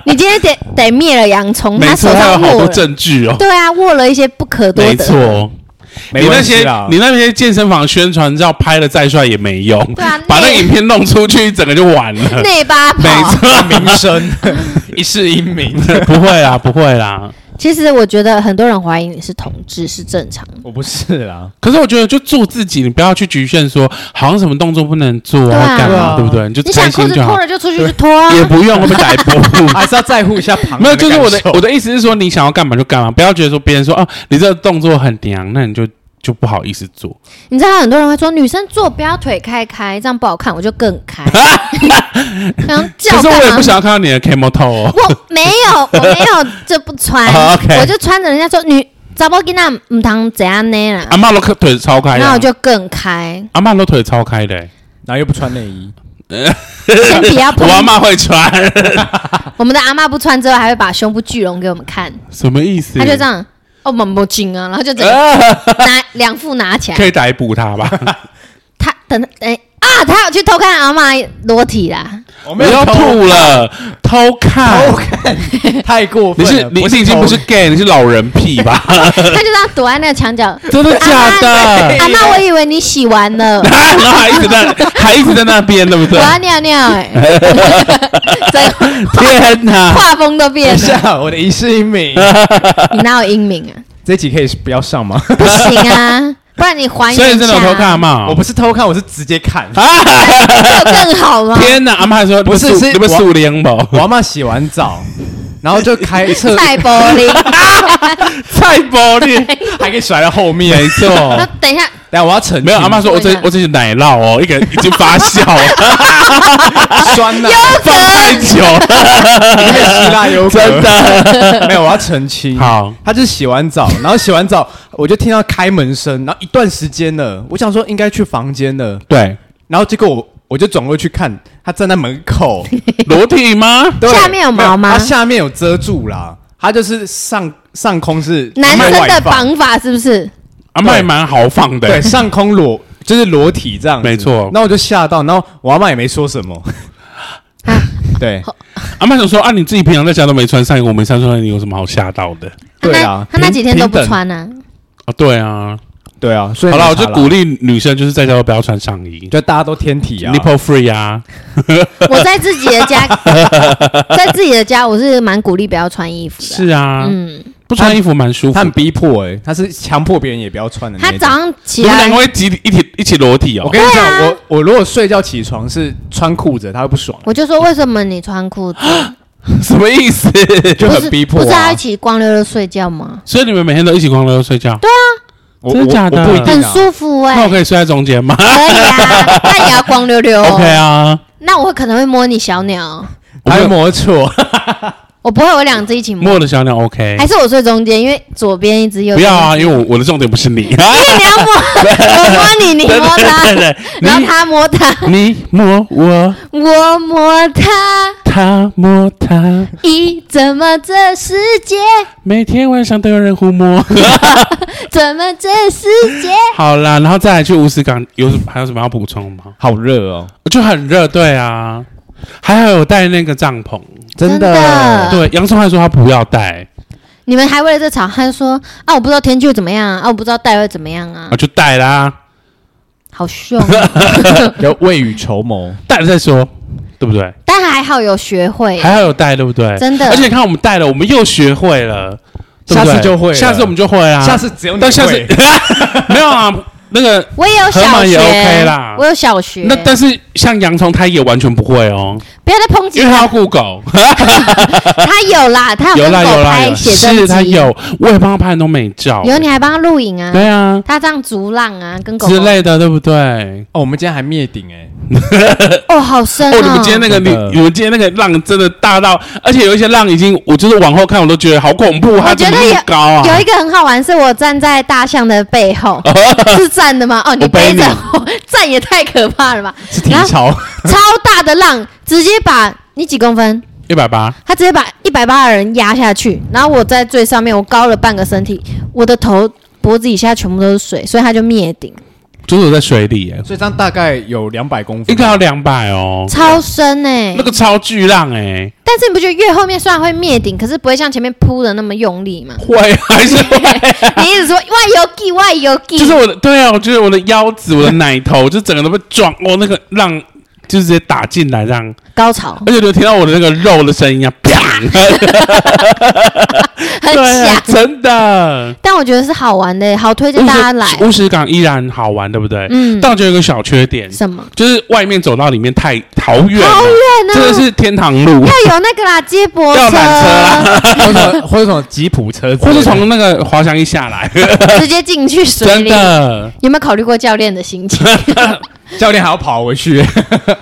[SPEAKER 2] 你今天得得灭了洋 葱，
[SPEAKER 1] 没
[SPEAKER 2] 他手
[SPEAKER 1] 错，还有
[SPEAKER 2] 上
[SPEAKER 1] 好
[SPEAKER 2] 握
[SPEAKER 1] 多
[SPEAKER 2] 了，
[SPEAKER 1] 证据哦，
[SPEAKER 2] 对啊，握了一些不可多
[SPEAKER 1] 没
[SPEAKER 2] 得。
[SPEAKER 1] 错。你
[SPEAKER 3] 没
[SPEAKER 1] 那
[SPEAKER 3] 关
[SPEAKER 1] 些
[SPEAKER 3] 系啦
[SPEAKER 1] 你那些健身房宣传照拍的再帅也没用，
[SPEAKER 2] 对啊
[SPEAKER 1] 把那个
[SPEAKER 2] 那
[SPEAKER 1] 影片弄出去，整个就完 了。
[SPEAKER 2] 内八
[SPEAKER 1] 没
[SPEAKER 2] 跑，
[SPEAKER 1] 错，
[SPEAKER 3] 名声一世英名，
[SPEAKER 1] 不会啦，不会啦。
[SPEAKER 2] 其实我觉得很多人怀疑你是同志是正常的，
[SPEAKER 3] 我不是啦。
[SPEAKER 1] 可是我觉得就做自己，你不要去局限说好像什么动作不能做
[SPEAKER 2] 对啊
[SPEAKER 1] 干嘛，
[SPEAKER 3] 对啊
[SPEAKER 1] 对不对？你就
[SPEAKER 2] 你
[SPEAKER 1] 开
[SPEAKER 2] 想裤
[SPEAKER 1] 心
[SPEAKER 2] 子
[SPEAKER 1] 就
[SPEAKER 2] 脱
[SPEAKER 1] 好，
[SPEAKER 2] 了就出去就脱啊，
[SPEAKER 1] 也不用会被逮捕。
[SPEAKER 3] 还是要在乎一下旁人
[SPEAKER 1] 没有，就是我的
[SPEAKER 3] 感受
[SPEAKER 1] 我的意思是说，你想要干嘛就干嘛，不要觉得说别人说哦，你这个动作很娘，那你就就不好意思做。
[SPEAKER 2] 你知道很多人会说女生坐不要腿开开，这样不好看，我就更 开。然后叫
[SPEAKER 1] 可是我也
[SPEAKER 2] 干
[SPEAKER 1] 不
[SPEAKER 2] 嘛？
[SPEAKER 1] 想要看到你的 camo 头 哦。
[SPEAKER 2] 我没有，我没有这不 穿
[SPEAKER 1] 好，OK 哦
[SPEAKER 2] 我就穿着人家说女查某囡仔唔通怎样呢啦，
[SPEAKER 1] 阿妈都腿超开的
[SPEAKER 2] 那
[SPEAKER 1] 啊
[SPEAKER 2] 我，就 更开，
[SPEAKER 1] 阿妈都腿超开的欸，
[SPEAKER 3] 然后又不穿内衣，
[SPEAKER 2] 先不要
[SPEAKER 1] 我
[SPEAKER 2] 碰。
[SPEAKER 1] 阿妈会 穿，
[SPEAKER 2] 我们的阿嬷不穿之后，还会把胸部聚拢给我们看，
[SPEAKER 1] 什么意思？
[SPEAKER 2] 她就这样哦，猛猛紧啊，然后就 整个拿两副拿起来
[SPEAKER 1] 可，以逮捕他 吧？
[SPEAKER 2] 她等哎、啊，她有去偷看阿嬷裸体啦。
[SPEAKER 3] 我
[SPEAKER 1] 我要
[SPEAKER 2] 啊
[SPEAKER 1] 吐了，偷看
[SPEAKER 3] 偷。看， 太过
[SPEAKER 1] 你
[SPEAKER 3] 分
[SPEAKER 1] 是
[SPEAKER 3] 了。
[SPEAKER 1] 你
[SPEAKER 3] 我
[SPEAKER 1] 你已经不是 gay，你是老人屁吧？
[SPEAKER 2] 他就这样躲在那个墙 角。啊
[SPEAKER 1] 真的假 的？
[SPEAKER 2] 阿妈，我以为你洗完
[SPEAKER 1] 啊
[SPEAKER 2] 了，
[SPEAKER 1] 然后还一直在还一直在那边，对不
[SPEAKER 2] 我
[SPEAKER 1] 对？
[SPEAKER 2] 要尿尿 哎、整个
[SPEAKER 1] 天哪！
[SPEAKER 2] 画风都
[SPEAKER 3] 等
[SPEAKER 2] 变
[SPEAKER 3] 一
[SPEAKER 2] 了。
[SPEAKER 3] 下，我的一世英 名，
[SPEAKER 2] 你哪有英明啊？
[SPEAKER 3] 这集可以不要上吗？
[SPEAKER 2] 不行啊，不然你还原一下。
[SPEAKER 1] 所以真的有偷看嘛？ 啊
[SPEAKER 3] 我不是偷看，我是直接看。
[SPEAKER 2] 啊这 有更好吗？
[SPEAKER 1] 天哪！阿妈还说
[SPEAKER 3] 不是是
[SPEAKER 1] 你们
[SPEAKER 3] 我
[SPEAKER 1] 数连吧？
[SPEAKER 3] 我阿妈洗完澡，然后就开车，
[SPEAKER 2] 赛柏 林，
[SPEAKER 1] 太玻璃，
[SPEAKER 3] 还给甩到后面。
[SPEAKER 1] 没
[SPEAKER 2] 那
[SPEAKER 1] 错。
[SPEAKER 2] 等一下，
[SPEAKER 3] 等一下我要澄清，
[SPEAKER 1] 没有，阿妈说我这我这是奶酪哦，一个已经发酵了，
[SPEAKER 3] 酸了，
[SPEAKER 1] 放太久了，
[SPEAKER 3] 因为希腊有
[SPEAKER 1] 真的。
[SPEAKER 3] 的 没有，我要澄清。
[SPEAKER 1] 好，
[SPEAKER 3] 他就是洗完澡，然后洗完澡，我就听到开门声，然后一段时间了，我想说应该去房间了，
[SPEAKER 1] 对，
[SPEAKER 3] 然后结果我我就转过去看，他站在门口，
[SPEAKER 1] 裸体吗？
[SPEAKER 3] 对
[SPEAKER 2] 下面有毛吗
[SPEAKER 3] 没有他下面有遮住啦，他就是上上空是
[SPEAKER 2] 男生
[SPEAKER 3] 外
[SPEAKER 2] 的
[SPEAKER 3] 放
[SPEAKER 2] 绑法是不是？
[SPEAKER 1] 阿妈也蛮豪放的欸
[SPEAKER 3] 对，，上空裸就是裸体这样子，
[SPEAKER 1] 没错
[SPEAKER 3] 那我就吓到，然后我阿妈也没说什么，
[SPEAKER 2] 啊，
[SPEAKER 3] 对
[SPEAKER 1] 阿妈想说啊，你自己平常在家都没穿上衣，我没穿上衣，你有什么好吓到的？
[SPEAKER 2] 他
[SPEAKER 3] 对
[SPEAKER 2] 那
[SPEAKER 3] 啊
[SPEAKER 2] 他那几天都不
[SPEAKER 3] 平等
[SPEAKER 2] 穿呢、
[SPEAKER 1] 啊，对啊，
[SPEAKER 3] 哦对啊，所以
[SPEAKER 1] 好
[SPEAKER 3] 没
[SPEAKER 1] 了，
[SPEAKER 3] 差
[SPEAKER 1] 我就鼓励女生就是在家都不要穿上衣
[SPEAKER 3] 就大家都天体啊，
[SPEAKER 1] ，nipple free 啊，
[SPEAKER 2] 我在自己的 家，在自己的家，我是蛮鼓励不要穿衣服的。
[SPEAKER 1] 是啊，
[SPEAKER 2] 嗯，
[SPEAKER 1] 不穿衣服蛮舒服
[SPEAKER 3] 他。很逼迫哎、欸，他是强迫别人也不要穿的
[SPEAKER 2] 他
[SPEAKER 3] 那种。
[SPEAKER 2] 早上
[SPEAKER 1] 嗯
[SPEAKER 2] 起
[SPEAKER 1] 你们两
[SPEAKER 2] 来
[SPEAKER 1] 个，会集体一起一起裸体
[SPEAKER 3] 我
[SPEAKER 1] 哦？
[SPEAKER 3] 跟你讲，
[SPEAKER 2] 对啊
[SPEAKER 3] 我我如果睡觉起床是穿裤子，他会不爽，
[SPEAKER 2] 我就说为什么你穿裤
[SPEAKER 1] 啊
[SPEAKER 2] 子？
[SPEAKER 1] 什么意思？
[SPEAKER 3] 就很逼迫、
[SPEAKER 2] 不是要
[SPEAKER 3] 啊
[SPEAKER 2] 一。起光溜溜睡觉吗？
[SPEAKER 1] 所以你们每天都一起光溜睡觉？
[SPEAKER 3] 我
[SPEAKER 1] 真的假的
[SPEAKER 3] 我不一
[SPEAKER 2] 很
[SPEAKER 3] 定、啊。
[SPEAKER 2] 舒服哎、
[SPEAKER 1] 那我可以睡在中间吗
[SPEAKER 2] 可以啊，那也要光溜溜、
[SPEAKER 3] 哦
[SPEAKER 1] ？OK 啊，
[SPEAKER 2] 那我可能会摸你小鸟，
[SPEAKER 3] 他会摸错，
[SPEAKER 2] 我不会，我两只一起摸。
[SPEAKER 1] 摸的小鸟 OK
[SPEAKER 2] 还。是我睡中间，因为左边一只，右
[SPEAKER 1] 不
[SPEAKER 2] 边
[SPEAKER 1] 要
[SPEAKER 2] 一
[SPEAKER 1] 啊，因为我我的重点不是你 啊，
[SPEAKER 2] 只。因为你要摸， 我摸你，你摸
[SPEAKER 1] 对
[SPEAKER 2] 他，
[SPEAKER 1] 对
[SPEAKER 2] 然后他摸他，
[SPEAKER 1] 对，你你摸我，
[SPEAKER 2] 我摸他。
[SPEAKER 1] 他摸他，
[SPEAKER 2] 咦，怎么这世界？
[SPEAKER 1] 每天晚上都有人互摸。
[SPEAKER 2] 怎么这世界？
[SPEAKER 1] 好啦，然后再来去乌斯港，有什还有什么要补充吗？
[SPEAKER 3] 好热哦，
[SPEAKER 1] 就很热，对啊，还好有带那个帐篷。
[SPEAKER 2] 真
[SPEAKER 3] 嗯
[SPEAKER 2] 的
[SPEAKER 1] 对，杨松还说他不要带，
[SPEAKER 2] 你们还为了这吵，他就说啊，我不知道天气会怎么样啊，啊我不知道带会怎么样啊
[SPEAKER 3] 嗯
[SPEAKER 1] 啊，，就带啦，
[SPEAKER 2] 好凶啊、
[SPEAKER 3] 要未雨绸缪。
[SPEAKER 1] 带了再说，对不对？
[SPEAKER 2] 但还好有学会，
[SPEAKER 1] 还好有带，对不对？
[SPEAKER 2] 真的
[SPEAKER 1] 而且你看我们带了，我们又学会了，对不对
[SPEAKER 3] 下次就会了
[SPEAKER 1] 下次我们就会啊，
[SPEAKER 3] 下次只有 你
[SPEAKER 1] 但下次
[SPEAKER 3] 会
[SPEAKER 1] 没有啊，那个。
[SPEAKER 2] 我也有
[SPEAKER 1] 河
[SPEAKER 2] 小
[SPEAKER 1] 马
[SPEAKER 2] 学，
[SPEAKER 1] 也 OK 啦
[SPEAKER 2] 我有小学。
[SPEAKER 1] 那但是像洋葱，他也完全不会哦，
[SPEAKER 2] 不要再抨击
[SPEAKER 1] 因为他
[SPEAKER 2] 他
[SPEAKER 1] 要，雇狗，
[SPEAKER 2] 他有啦，他
[SPEAKER 1] 有
[SPEAKER 2] 跟
[SPEAKER 1] 啦有
[SPEAKER 2] 狗
[SPEAKER 1] 啦有
[SPEAKER 2] 拍
[SPEAKER 1] 啦，
[SPEAKER 2] 写真
[SPEAKER 1] 是
[SPEAKER 2] 集
[SPEAKER 1] 他，有，我也帮他拍很多美照，
[SPEAKER 2] 有你还帮他录影啊，
[SPEAKER 1] 对啊
[SPEAKER 2] 他这样逐浪啊，跟狗狗
[SPEAKER 1] 之类的，对不对？欸
[SPEAKER 3] 哦，我们今天还灭顶哎、
[SPEAKER 2] 哦，好深
[SPEAKER 1] 哦，你们今天
[SPEAKER 2] 哦，
[SPEAKER 1] 那个你
[SPEAKER 4] 真的
[SPEAKER 1] 你们今天那个浪真的大到，而且有一些浪已经，我就是往后看我都觉得好恐怖，它
[SPEAKER 2] 我觉
[SPEAKER 1] 怎
[SPEAKER 2] 得
[SPEAKER 1] 么那么高啊？
[SPEAKER 2] 有一个很好玩，是我站在大象的背后， 是站的吗？哦，你
[SPEAKER 1] 我背
[SPEAKER 2] 背
[SPEAKER 1] 你
[SPEAKER 2] 着我， 站也太可怕了吧！
[SPEAKER 3] 是体
[SPEAKER 2] 然后
[SPEAKER 3] 操，
[SPEAKER 2] 超大的浪，直接把你几公分？
[SPEAKER 1] 一百八，
[SPEAKER 2] 他直接把一百八的人压下去，然后我在最上面，我高了半个身体，我的头、脖子以下全部都是水，所以他就灭顶，
[SPEAKER 1] 哦就是我在水里耶，
[SPEAKER 3] 所以这样大概有两百公分
[SPEAKER 1] 应该要两百哦，
[SPEAKER 2] 超深哎、
[SPEAKER 1] 那个超巨浪哎、？
[SPEAKER 2] 但是你不觉得越后面虽然会灭顶，可是不会像前面扑的那么用力吗
[SPEAKER 1] 会啊还是会啊？
[SPEAKER 2] 你一直说外游记，外游记，
[SPEAKER 1] 就是我的，对啊，我觉得我的腰子、我的奶头， 就整个都被撞，哦，那个浪就直接打进来，这样，
[SPEAKER 2] 高潮
[SPEAKER 1] 而且你有听到我的那个肉的声音啊，砰！
[SPEAKER 2] 很
[SPEAKER 1] 对
[SPEAKER 2] 假
[SPEAKER 1] 啊，，真 的。
[SPEAKER 2] 但我觉得是好玩的、好推荐大家来。
[SPEAKER 1] 乌石港依然好玩，对不对？
[SPEAKER 2] 嗯，
[SPEAKER 1] 但我觉得有个小缺点，
[SPEAKER 2] 什么？
[SPEAKER 1] 就是外面走到里面太好远了，
[SPEAKER 2] 好远啊呢、
[SPEAKER 1] 真的是天堂路，
[SPEAKER 2] 要有那个啦，接驳
[SPEAKER 1] 要
[SPEAKER 2] 车，
[SPEAKER 1] 缆车啊
[SPEAKER 3] 或者或者什么吉普车之类
[SPEAKER 1] 或
[SPEAKER 3] 的，
[SPEAKER 1] 是从那个滑翔翼下来，
[SPEAKER 2] 直接进去水
[SPEAKER 1] 真
[SPEAKER 2] 里。
[SPEAKER 1] 的。
[SPEAKER 2] 有没有考虑过教练的心情？
[SPEAKER 3] 教练还要跑回去，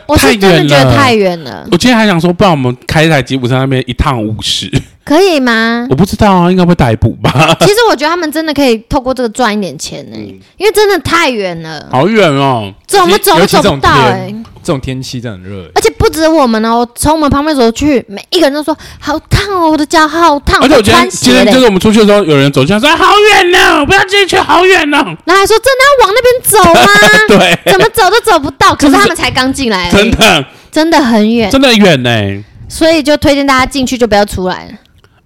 [SPEAKER 2] 我是真的觉得太
[SPEAKER 1] 太
[SPEAKER 2] 远了，
[SPEAKER 1] 我今天还想说，不然我们开一台吉普车那边一趟五十，
[SPEAKER 2] 可以吗？
[SPEAKER 1] 我不知道啊，应该会逮捕吧？
[SPEAKER 2] 其实我觉得他们真的可以透过这个赚一点钱呢、
[SPEAKER 1] 嗯
[SPEAKER 2] 因为真的太远了，
[SPEAKER 1] 好远哦，
[SPEAKER 2] 走么走都
[SPEAKER 3] 尤其
[SPEAKER 2] 走
[SPEAKER 3] 这
[SPEAKER 2] 不
[SPEAKER 3] 种
[SPEAKER 2] 到哎、
[SPEAKER 3] 天，这种天气真的很热。欸
[SPEAKER 2] 而且不止我们哦，从我们旁边走去，每一个人都说好烫哦，我的脚好烫，
[SPEAKER 1] 而且我
[SPEAKER 2] 都
[SPEAKER 1] 今天
[SPEAKER 2] 穿
[SPEAKER 1] 今
[SPEAKER 2] 鞋
[SPEAKER 1] 天
[SPEAKER 2] 嘞
[SPEAKER 1] 就。是我们出去的时候，有人走进来说好远哦，不要进去，好远哦。
[SPEAKER 2] 然后还说真的要往那边走吗？
[SPEAKER 1] 对，
[SPEAKER 2] 怎么走都走不到，可
[SPEAKER 1] 就是
[SPEAKER 2] 是他们才刚进来而
[SPEAKER 1] 真
[SPEAKER 2] 已，
[SPEAKER 1] 的
[SPEAKER 2] 真的很远，
[SPEAKER 1] 真的远呢、
[SPEAKER 2] 所以就推荐大家进去就不要出来了。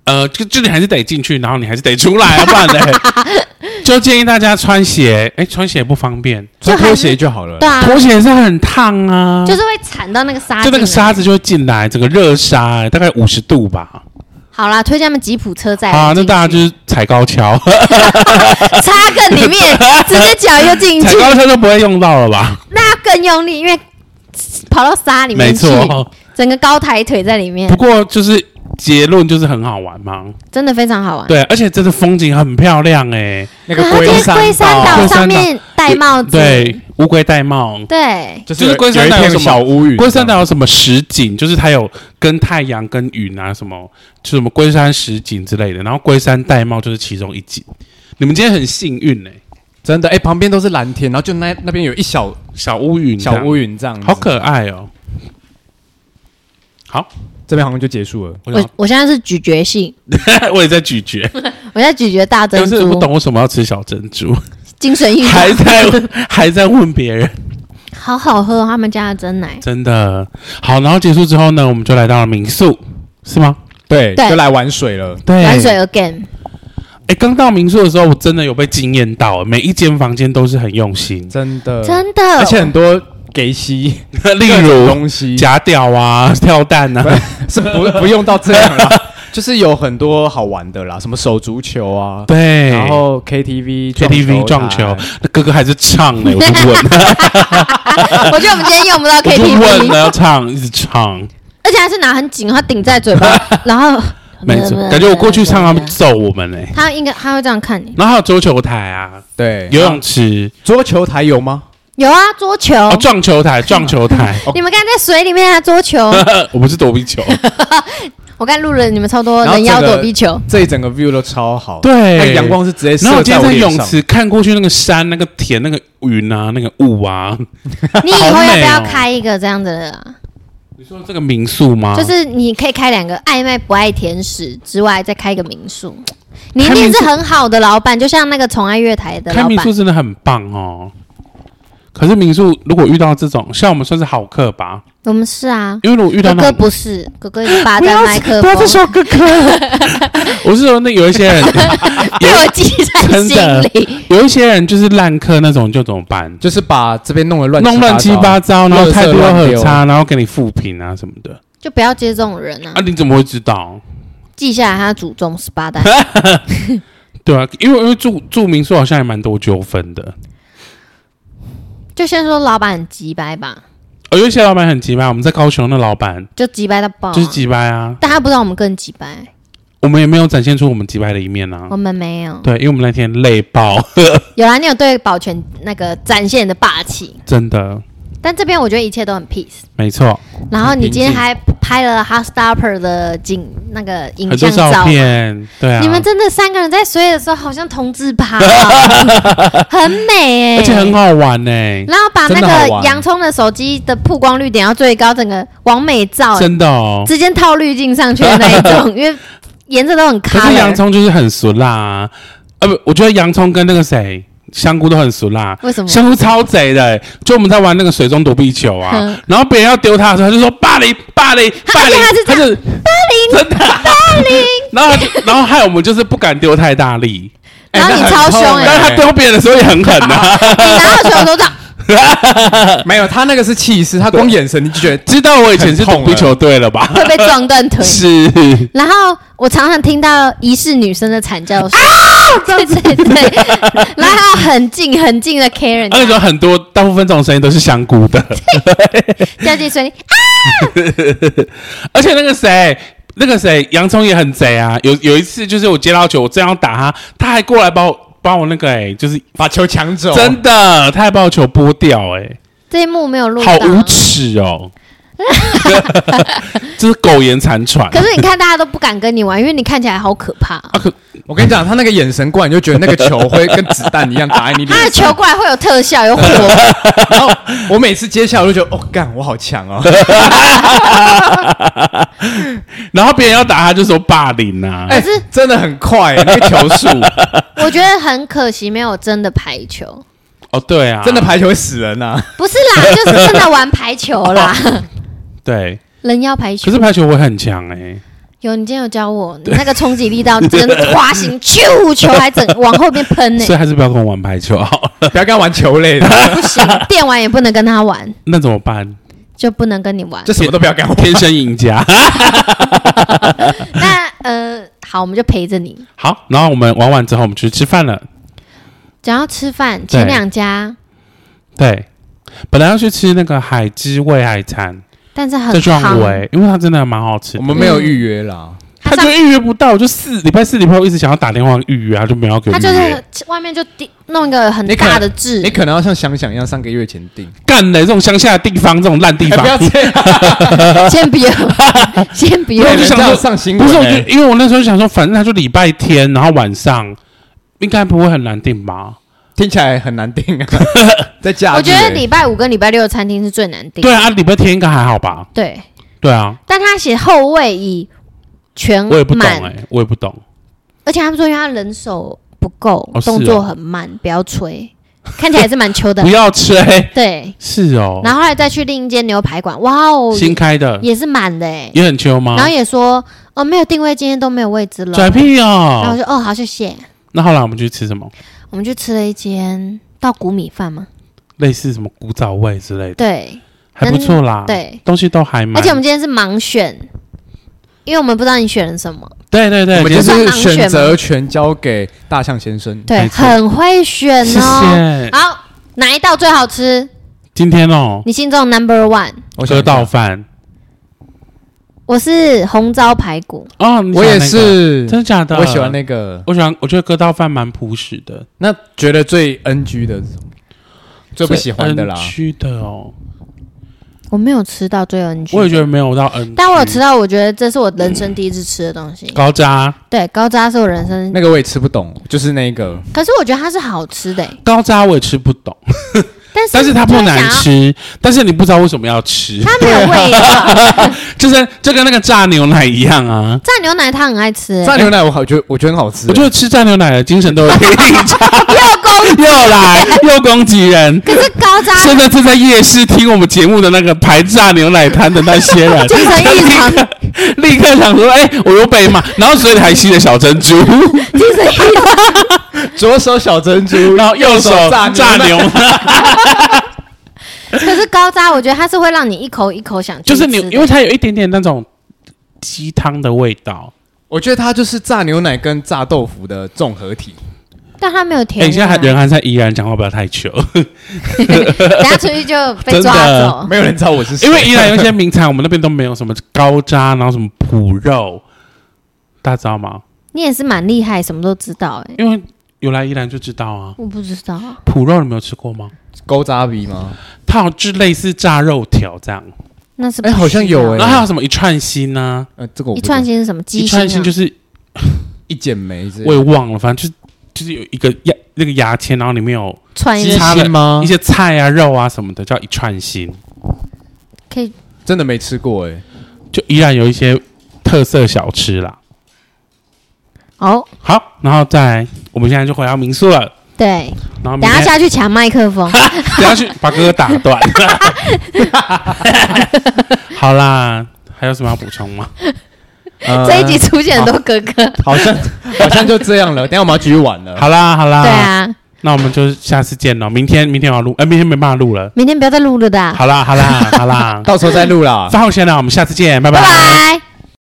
[SPEAKER 1] 呃，就就你还是得进去，然后你还是得出来、啊，不然 嘞，就建议大家穿鞋。哎，穿鞋不方便，
[SPEAKER 3] 穿
[SPEAKER 2] 就还
[SPEAKER 3] 拖
[SPEAKER 2] 是
[SPEAKER 3] 鞋就好了
[SPEAKER 2] 对。啊，
[SPEAKER 1] 拖鞋也是很烫啊，
[SPEAKER 2] 就是会铲到那个沙，
[SPEAKER 1] 就那个沙。子就会进来，整个热沙、哎大概五十度吧。
[SPEAKER 2] 好啦，推荐他们吉普车再
[SPEAKER 1] 啊，那
[SPEAKER 2] 进去
[SPEAKER 1] 大家就是踩高跷，
[SPEAKER 2] 插更里 面，直接脚又进
[SPEAKER 1] 踩
[SPEAKER 2] 去，
[SPEAKER 1] 高跷就不会用到了吧？
[SPEAKER 2] 那要更用力，因为跑到沙里
[SPEAKER 1] 没
[SPEAKER 2] 面去，
[SPEAKER 1] 错。
[SPEAKER 2] 整个高抬腿在里面
[SPEAKER 1] 不，过就是结论就是很好玩嘛，
[SPEAKER 2] 真的非常好玩。
[SPEAKER 1] 对，而且真的风景很漂亮哎、
[SPEAKER 3] 那
[SPEAKER 2] 然
[SPEAKER 3] 个
[SPEAKER 2] 后就是
[SPEAKER 3] 山
[SPEAKER 2] 龟山
[SPEAKER 1] 岛
[SPEAKER 2] 岛
[SPEAKER 1] 龟山岛
[SPEAKER 2] 上面戴帽子，
[SPEAKER 1] 啊对，乌龟戴帽。
[SPEAKER 2] 对
[SPEAKER 3] 就
[SPEAKER 1] 就是
[SPEAKER 3] 是
[SPEAKER 1] 龟山
[SPEAKER 3] 有
[SPEAKER 1] 岛
[SPEAKER 3] 一
[SPEAKER 1] 有什么
[SPEAKER 3] 片小乌云，
[SPEAKER 1] 龟山岛有什么实景？就是它有跟太阳、跟云啊，什么就什么龟山实景之类的。然后龟山戴帽就是其中一景。你们今天很幸运欸呢、
[SPEAKER 3] 真的哎，旁边都是蓝天，然后就那那边有一小
[SPEAKER 1] 小乌云，
[SPEAKER 3] 小乌，云这样子，
[SPEAKER 1] 好可爱哦、好，
[SPEAKER 3] 这边好像就结束了。
[SPEAKER 1] 我
[SPEAKER 2] 我
[SPEAKER 1] 想
[SPEAKER 2] 我现在是咀嚼系，
[SPEAKER 1] 我也在咀嚼，
[SPEAKER 2] 我在咀嚼大珍
[SPEAKER 1] 但是不
[SPEAKER 2] 珠，
[SPEAKER 1] 懂为什么要吃小珍 珠，
[SPEAKER 2] 精神玉
[SPEAKER 1] 还在还在问别人，
[SPEAKER 2] 好好喝哦他们家的真奶，
[SPEAKER 1] 真的好。然后结束之后呢，我们就来到了民宿，是吗？
[SPEAKER 3] 对，
[SPEAKER 2] 对
[SPEAKER 3] 就来玩水了。
[SPEAKER 1] 对
[SPEAKER 2] 玩水 again，
[SPEAKER 1] 哎，刚到民宿的时候，我真的有被惊艳到，每一间房间都是很用心，
[SPEAKER 3] 真的，
[SPEAKER 2] 真的，
[SPEAKER 3] 而且很多给息，
[SPEAKER 1] 例
[SPEAKER 3] 各种
[SPEAKER 1] 如
[SPEAKER 3] 东西
[SPEAKER 1] 假屌啊、 跳蛋 啊，
[SPEAKER 3] 是不不用到这样啦， 就是有很多好玩的啦，什么手足球啊，
[SPEAKER 1] 对，
[SPEAKER 3] 然后 KTV
[SPEAKER 1] KTV 撞球
[SPEAKER 3] 台，
[SPEAKER 1] 那哥哥还是唱 呢，我就问，
[SPEAKER 2] 我觉得我们今天用不到
[SPEAKER 1] 我就问
[SPEAKER 2] KTV，
[SPEAKER 1] 了，要唱，一直唱，
[SPEAKER 2] 而且还是拿很紧，他顶在嘴巴， 然后
[SPEAKER 1] 没错，感觉我过去唱啊他们揍我们呢。
[SPEAKER 3] 嗯
[SPEAKER 2] 他应该他会这样看你，
[SPEAKER 1] 然后还有桌球台啊，
[SPEAKER 3] 对，
[SPEAKER 1] 游泳池，
[SPEAKER 3] 桌球台有吗？
[SPEAKER 2] 有啊，桌球，
[SPEAKER 1] 哦，撞球 台，撞球台，
[SPEAKER 2] 你们刚才在水里面啊，桌球，
[SPEAKER 3] 哦
[SPEAKER 1] 我不是躲避 球，
[SPEAKER 2] 我刚才录了你们超多
[SPEAKER 3] 然后
[SPEAKER 2] 人妖
[SPEAKER 3] 这个
[SPEAKER 2] 躲避球，
[SPEAKER 3] 这一整个 view 都超好，
[SPEAKER 1] 对
[SPEAKER 3] 那个阳光是直接
[SPEAKER 1] 哎然后我
[SPEAKER 3] 射
[SPEAKER 1] 今
[SPEAKER 3] 在
[SPEAKER 1] 天在
[SPEAKER 3] 脸
[SPEAKER 1] 泳
[SPEAKER 3] 上
[SPEAKER 1] 池看过去，那个山、那个田、那个云啊、那个雾啊，
[SPEAKER 2] 你以后要 不
[SPEAKER 1] 好
[SPEAKER 2] 要
[SPEAKER 1] 美哦
[SPEAKER 2] 开一个这样子的啊、
[SPEAKER 1] 你说这个民宿吗？
[SPEAKER 2] 就是你可以开两个爱卖不爱甜食之外，再开一个民宿。你一
[SPEAKER 1] 开
[SPEAKER 2] 定
[SPEAKER 1] 民宿
[SPEAKER 2] 是很好的老板，就像那个宠爱月台的
[SPEAKER 1] 开
[SPEAKER 2] 老
[SPEAKER 1] 民
[SPEAKER 2] 板
[SPEAKER 1] 宿，真的很棒哦。可是民宿如果遇到这种，像我们算是好客吧，
[SPEAKER 2] 我们是啊。
[SPEAKER 1] 因为如果遇到那
[SPEAKER 2] 哥哥
[SPEAKER 1] 种，啊
[SPEAKER 2] 不是，哥哥一直霸占麦克
[SPEAKER 1] 不要再
[SPEAKER 2] 风，
[SPEAKER 1] 说哥哥，我是说那有一些人，
[SPEAKER 2] 被我记在
[SPEAKER 1] 真的
[SPEAKER 2] 心里。
[SPEAKER 1] 有一些人就是烂客那种，就怎么办？
[SPEAKER 3] 就是把这边弄得乱
[SPEAKER 1] 弄乱七八
[SPEAKER 3] 糟，
[SPEAKER 1] 糟，然后
[SPEAKER 3] 垃圾
[SPEAKER 1] 态度又
[SPEAKER 3] 乱
[SPEAKER 1] 很
[SPEAKER 3] 丢
[SPEAKER 1] 差，然后给你负评啊什么的。
[SPEAKER 2] 就不要接这种人啊
[SPEAKER 1] 啊，！你怎么会知道？
[SPEAKER 2] 记下来他祖宗 十八代，
[SPEAKER 1] 对啊，因为因为住住民宿好像也蛮多纠纷的。
[SPEAKER 2] 就先说老板很急掰吧，
[SPEAKER 1] 哦，有一些老板很急掰，我们在高雄的老板
[SPEAKER 2] 就急掰到爆啊、
[SPEAKER 1] 就是急掰啊，
[SPEAKER 2] 但他不知道我们更急掰，
[SPEAKER 1] 我们也没有展现出我们急掰的一面啊
[SPEAKER 2] 我。们没有。
[SPEAKER 1] 对，因为我们那天累爆，
[SPEAKER 2] 有啦，你有对保全那个展现你的霸气，
[SPEAKER 1] 真的。
[SPEAKER 2] 但这边我觉得一切都很 peace。
[SPEAKER 1] 没错，
[SPEAKER 2] 然后你今天
[SPEAKER 3] 很平静
[SPEAKER 2] 还拍了 Hot Stopper 的景那个影
[SPEAKER 1] 很多
[SPEAKER 2] 像
[SPEAKER 1] 照
[SPEAKER 2] 照。
[SPEAKER 1] 片，对啊，
[SPEAKER 2] 你们真的三个人在水里的时候，好像同志 趴哦，很美哎、
[SPEAKER 1] 而且很好玩呢、
[SPEAKER 2] 然后把那
[SPEAKER 3] 真的好
[SPEAKER 2] 个
[SPEAKER 3] 玩
[SPEAKER 2] 洋葱的手机的曝光率点到最高，整个完美照、欸，
[SPEAKER 1] 真的哦。
[SPEAKER 2] 直接套滤镜上去的那一种， 因为颜色都很
[SPEAKER 1] 可
[SPEAKER 2] 咖。
[SPEAKER 1] 是洋葱就是很熟辣、啊，呃不，我觉得洋葱跟那个谁香菇都很熟辣。
[SPEAKER 2] 为什么？
[SPEAKER 1] 香菇超贼的、就我们在玩那个水中躲避球啊
[SPEAKER 2] 嗯，
[SPEAKER 1] 然后别人要丢他的时候，他就说霸凌霸凌
[SPEAKER 2] 他
[SPEAKER 1] 霸凌
[SPEAKER 2] 而且他是，这
[SPEAKER 1] 他
[SPEAKER 2] 样
[SPEAKER 1] 是
[SPEAKER 2] 霸
[SPEAKER 1] 真
[SPEAKER 2] 凌
[SPEAKER 1] 的霸凌，然后他就然后害我们就是不敢丢太大力，
[SPEAKER 2] 然 后
[SPEAKER 1] 哎
[SPEAKER 2] 你
[SPEAKER 1] 那很
[SPEAKER 2] 超凶
[SPEAKER 3] 痛
[SPEAKER 2] 哎、
[SPEAKER 1] 但是他丢别人的时候也很狠啊，
[SPEAKER 2] 你 拿到球都这样，
[SPEAKER 3] 没有，他那个是气势，他光眼神你就觉得
[SPEAKER 1] 知道我以前是啊躲避球队了吧？
[SPEAKER 2] 会被撞断腿。
[SPEAKER 1] 是，
[SPEAKER 2] 然后我常常听到疑似女生的惨叫声，
[SPEAKER 1] 啊
[SPEAKER 2] 对 对对，然后还有很近很近的 K 人
[SPEAKER 1] 啊那个时候很多大部分这种声音都是香菇 的，
[SPEAKER 2] 掉进哎水里，
[SPEAKER 1] 而且那个谁，那个谁，洋葱也很贼啊。有有一次就是我接到球，我正要打他，他还过来把我把我那个哎、就是
[SPEAKER 3] 把球抢走，
[SPEAKER 1] 真的，他还把我球拨掉哎、
[SPEAKER 2] 这一幕没有录
[SPEAKER 1] 好
[SPEAKER 2] 到。
[SPEAKER 1] 无耻 哦。这是苟延残喘。
[SPEAKER 2] 可是你看，大家都不敢跟你玩，因为你看起来好可怕。
[SPEAKER 1] 啊，可
[SPEAKER 3] 我跟你讲，他那个眼神过来，你就觉得那个球会跟子弹一样打在你
[SPEAKER 2] 他的
[SPEAKER 3] 脸
[SPEAKER 2] 球
[SPEAKER 3] 上。
[SPEAKER 2] 过来会有特效，有火，
[SPEAKER 3] 然后我每次接下来我就觉得，哦，干，我好 强哦！
[SPEAKER 1] 然后别人要打他就说霸凌啊，哎
[SPEAKER 3] 哎、
[SPEAKER 2] 是
[SPEAKER 3] 真的很快、那个球 速，
[SPEAKER 2] 我觉得很可惜，没有真的排球。
[SPEAKER 1] 哦对 啊，
[SPEAKER 3] 真的排球会死人啊呐、
[SPEAKER 2] 不是啦，就是真的玩排球啦，
[SPEAKER 1] 对。
[SPEAKER 2] 人妖排
[SPEAKER 1] 可
[SPEAKER 2] 球
[SPEAKER 1] 是。排球我也很强哎、
[SPEAKER 2] 有，你今天有教我，你那个冲击力道，你真的滑行， 咻，球还整往后面喷呢、
[SPEAKER 1] 所以还是不要跟我玩排球好 了。
[SPEAKER 3] 不要跟他玩球 类的，
[SPEAKER 2] 不行，
[SPEAKER 1] 啊
[SPEAKER 2] 电玩也不能跟他玩，
[SPEAKER 1] 那怎么办？
[SPEAKER 2] 就不能跟你玩
[SPEAKER 3] 就。什么都不要干。
[SPEAKER 1] 天生赢家。啊
[SPEAKER 2] 那呃，好，我们就陪着你。
[SPEAKER 1] 好，然后我们玩完之后，我们去吃饭了。
[SPEAKER 2] 讲到吃饭，
[SPEAKER 1] 对
[SPEAKER 2] 前两家，
[SPEAKER 1] 对，本来要去吃那个海之味海餐，
[SPEAKER 2] 但是很
[SPEAKER 1] 在壮
[SPEAKER 2] 夯，
[SPEAKER 1] 围，因为它真的蛮好吃
[SPEAKER 3] 我
[SPEAKER 1] 的。
[SPEAKER 3] 们没有预约啦，
[SPEAKER 2] 他
[SPEAKER 1] 他就
[SPEAKER 2] 上
[SPEAKER 1] 预约不到，我就四礼拜四礼拜我一直想要打电话预约，他就没有要给我
[SPEAKER 2] 他
[SPEAKER 1] 预
[SPEAKER 2] 就是
[SPEAKER 1] 约。
[SPEAKER 2] 外面就滴弄一个很
[SPEAKER 3] 你可
[SPEAKER 2] 大的字
[SPEAKER 3] 你，可能要像想想一样，上个月前 订。
[SPEAKER 1] 干的这种乡下的地方，这种烂地
[SPEAKER 3] 哎
[SPEAKER 1] 方
[SPEAKER 3] 不，要 这样，
[SPEAKER 2] 先不要，先不要
[SPEAKER 1] 我
[SPEAKER 3] 我
[SPEAKER 1] 就
[SPEAKER 3] 就
[SPEAKER 1] 想
[SPEAKER 3] 想
[SPEAKER 1] 说
[SPEAKER 3] 要上新
[SPEAKER 1] 不
[SPEAKER 3] 闻、
[SPEAKER 1] 是？我就
[SPEAKER 3] 哎
[SPEAKER 1] 因为我那时候想说，反正他就礼拜天，然后晚上应该不会很难订吧？
[SPEAKER 3] 听起来很难订 啊，在假日
[SPEAKER 2] 我觉
[SPEAKER 3] 哎
[SPEAKER 2] 得礼拜五跟礼拜六的餐厅是最难订。
[SPEAKER 1] 对啊，礼拜天应该还好吧？
[SPEAKER 2] 对
[SPEAKER 1] 对啊，
[SPEAKER 2] 但他写后位已全
[SPEAKER 1] 我也不懂
[SPEAKER 2] 满，
[SPEAKER 1] 哎，我也不懂。
[SPEAKER 2] 而且他们说因为他人手不够，
[SPEAKER 1] 哦是哦
[SPEAKER 2] 动作很慢，不要吹，看起来还是蛮秋的
[SPEAKER 1] 不。要吹，
[SPEAKER 2] 对，
[SPEAKER 1] 是哦，
[SPEAKER 2] 然后后来再去另一间牛排馆，哇哦，
[SPEAKER 1] 新开的
[SPEAKER 2] 也是满的哎、
[SPEAKER 1] 也很秋吗
[SPEAKER 2] 然？后也说哦没有定位，今天都没有位置了。
[SPEAKER 1] 拽屁
[SPEAKER 2] 然后我
[SPEAKER 1] 哦！
[SPEAKER 2] 说哦好谢谢，
[SPEAKER 1] 那后来我们去吃什么？
[SPEAKER 2] 我们去吃了一间稻谷米饭嘛，
[SPEAKER 1] 类似什么古早味之类的，
[SPEAKER 2] 对
[SPEAKER 1] 还不错啦。，
[SPEAKER 2] 嗯对，
[SPEAKER 1] 东西都还啊蛮。
[SPEAKER 2] 而且我们今天是盲选，因为我们不知道你选了什么，
[SPEAKER 1] 对对对，
[SPEAKER 3] 我们就
[SPEAKER 1] 就是
[SPEAKER 3] 是选择权交给大象先生。
[SPEAKER 2] 对，
[SPEAKER 1] 没错
[SPEAKER 2] 很会选
[SPEAKER 1] 谢
[SPEAKER 2] 哦。
[SPEAKER 1] 谢。
[SPEAKER 2] 好，哪一道最好吃？
[SPEAKER 1] 今天哦，
[SPEAKER 2] 你心中 number one，
[SPEAKER 3] 我想
[SPEAKER 1] 割
[SPEAKER 3] 一下
[SPEAKER 1] 到，饭
[SPEAKER 2] 我是红糟排骨，
[SPEAKER 1] 哦，你喜欢
[SPEAKER 3] 我也
[SPEAKER 1] 那个，
[SPEAKER 3] 是，
[SPEAKER 1] 真的假的？
[SPEAKER 3] 我喜欢，那个。
[SPEAKER 1] 我喜欢，我觉得割到饭蛮朴实的，
[SPEAKER 3] 那觉得最 NG 的是什么，最不喜欢的啦，嗯
[SPEAKER 1] 区的哦，
[SPEAKER 2] 我没有吃到最 NG，
[SPEAKER 1] 我也觉得没有到 N，
[SPEAKER 2] 但我有吃到，我觉得这是我人生第一次吃的东西。
[SPEAKER 1] 高渣，
[SPEAKER 2] 对，高渣是我人
[SPEAKER 1] 哦
[SPEAKER 2] 生，
[SPEAKER 3] 那个我也吃不懂，就是那个
[SPEAKER 2] 可是我觉得它是好吃的欸、
[SPEAKER 1] 高渣我也吃不懂，
[SPEAKER 2] 但是
[SPEAKER 1] 但是它
[SPEAKER 2] 就
[SPEAKER 1] 不
[SPEAKER 2] 会
[SPEAKER 1] 难
[SPEAKER 2] 想要，
[SPEAKER 1] 吃，但是你不知道为什么要吃，
[SPEAKER 2] 它没有味道。
[SPEAKER 1] 就是就跟那个炸牛奶一样啊。
[SPEAKER 2] 蘸牛奶他很爱吃、欸，
[SPEAKER 3] 炸牛奶，我好觉得我觉得很好吃
[SPEAKER 1] 我。觉得吃炸牛奶的精神都有点 差，
[SPEAKER 2] 又攻。
[SPEAKER 1] 又来又攻击 人。
[SPEAKER 2] 可是高渣
[SPEAKER 1] 现在正在夜市听我们节目的那个排炸牛奶摊的那些 人，
[SPEAKER 2] 精神异常，
[SPEAKER 1] 立刻想说：“哎、我又被骂，然后嘴里还吸了小珍珠，
[SPEAKER 2] 精神异常。
[SPEAKER 3] 左手小珍珠，
[SPEAKER 1] 然后右手
[SPEAKER 3] 炸
[SPEAKER 1] 炸
[SPEAKER 3] 奶
[SPEAKER 1] 牛，奶，
[SPEAKER 2] 可是高渣，我觉得它是会让你一口一口想去
[SPEAKER 1] 就是你
[SPEAKER 2] 吃，的
[SPEAKER 1] 因为它有一点点那种鸡汤的味道。
[SPEAKER 3] 我觉得它就是炸牛奶跟炸豆腐的综合体。
[SPEAKER 2] 但它没有甜
[SPEAKER 1] 哎、
[SPEAKER 2] 味啊。
[SPEAKER 1] 你现在还人还在宜然讲话，不要太糗，
[SPEAKER 2] 等下出去就被
[SPEAKER 1] 真
[SPEAKER 2] 抓
[SPEAKER 1] 的
[SPEAKER 2] 走。
[SPEAKER 3] 没有人知道我是谁，
[SPEAKER 1] 因为宜然有一些名产，我们那边都没有什么高渣，然后什么脯肉，大家知道吗？
[SPEAKER 2] 你也是蛮厉害，什么都知道哎、
[SPEAKER 1] 因为有来宜兰就知道啊。
[SPEAKER 2] 我不知道啊，
[SPEAKER 1] 脯肉你没有吃过吗？
[SPEAKER 3] 勾扎鼻吗？
[SPEAKER 1] 它好像就是类似炸肉条这样，
[SPEAKER 2] 那是
[SPEAKER 3] 哎好像有
[SPEAKER 2] 哎
[SPEAKER 3] 对，
[SPEAKER 1] 然后还有什欸么一串心呢、
[SPEAKER 3] 呃，这个我
[SPEAKER 2] 一
[SPEAKER 3] 不
[SPEAKER 2] 串
[SPEAKER 3] 懂
[SPEAKER 2] 心是什么？
[SPEAKER 1] 一
[SPEAKER 2] 鸡心、啊？
[SPEAKER 1] 串心就是
[SPEAKER 3] 一剪梅之类的
[SPEAKER 1] 我也忘了，反正就是就是有一个牙那个牙签，然后里面有
[SPEAKER 2] 串一
[SPEAKER 1] 鸡
[SPEAKER 2] 个
[SPEAKER 1] 叉
[SPEAKER 3] 心吗
[SPEAKER 1] 一？些菜啊、肉啊什么的，叫一串心。
[SPEAKER 2] 可以
[SPEAKER 3] 真的没吃过哎，
[SPEAKER 1] 就依然有一些特色小吃啦。
[SPEAKER 2] 哦，
[SPEAKER 1] 好，然后再来，我们现在就回到民宿了。
[SPEAKER 2] 对，
[SPEAKER 1] 然后明
[SPEAKER 2] 等下
[SPEAKER 1] 天
[SPEAKER 2] 下去抢麦克风。
[SPEAKER 1] 不要去把哥哥打断。 好啦，还有什么要补充吗？
[SPEAKER 3] 呃
[SPEAKER 2] 这一集出现很多哥哥，
[SPEAKER 3] 好像好像就这样了。等一下我们要继续玩了。
[SPEAKER 1] 好啦，好啦，
[SPEAKER 2] 对啊，
[SPEAKER 1] 那我们就下次见喽。明天，明天我要录，呃，明天没办法录了。
[SPEAKER 2] 明天不要再录了的啊，
[SPEAKER 1] 好啦，好啦，好啦，
[SPEAKER 3] 到时候再录啦。
[SPEAKER 1] 三号先啦，我们下次见，拜
[SPEAKER 2] 拜
[SPEAKER 1] 拜
[SPEAKER 2] 拜。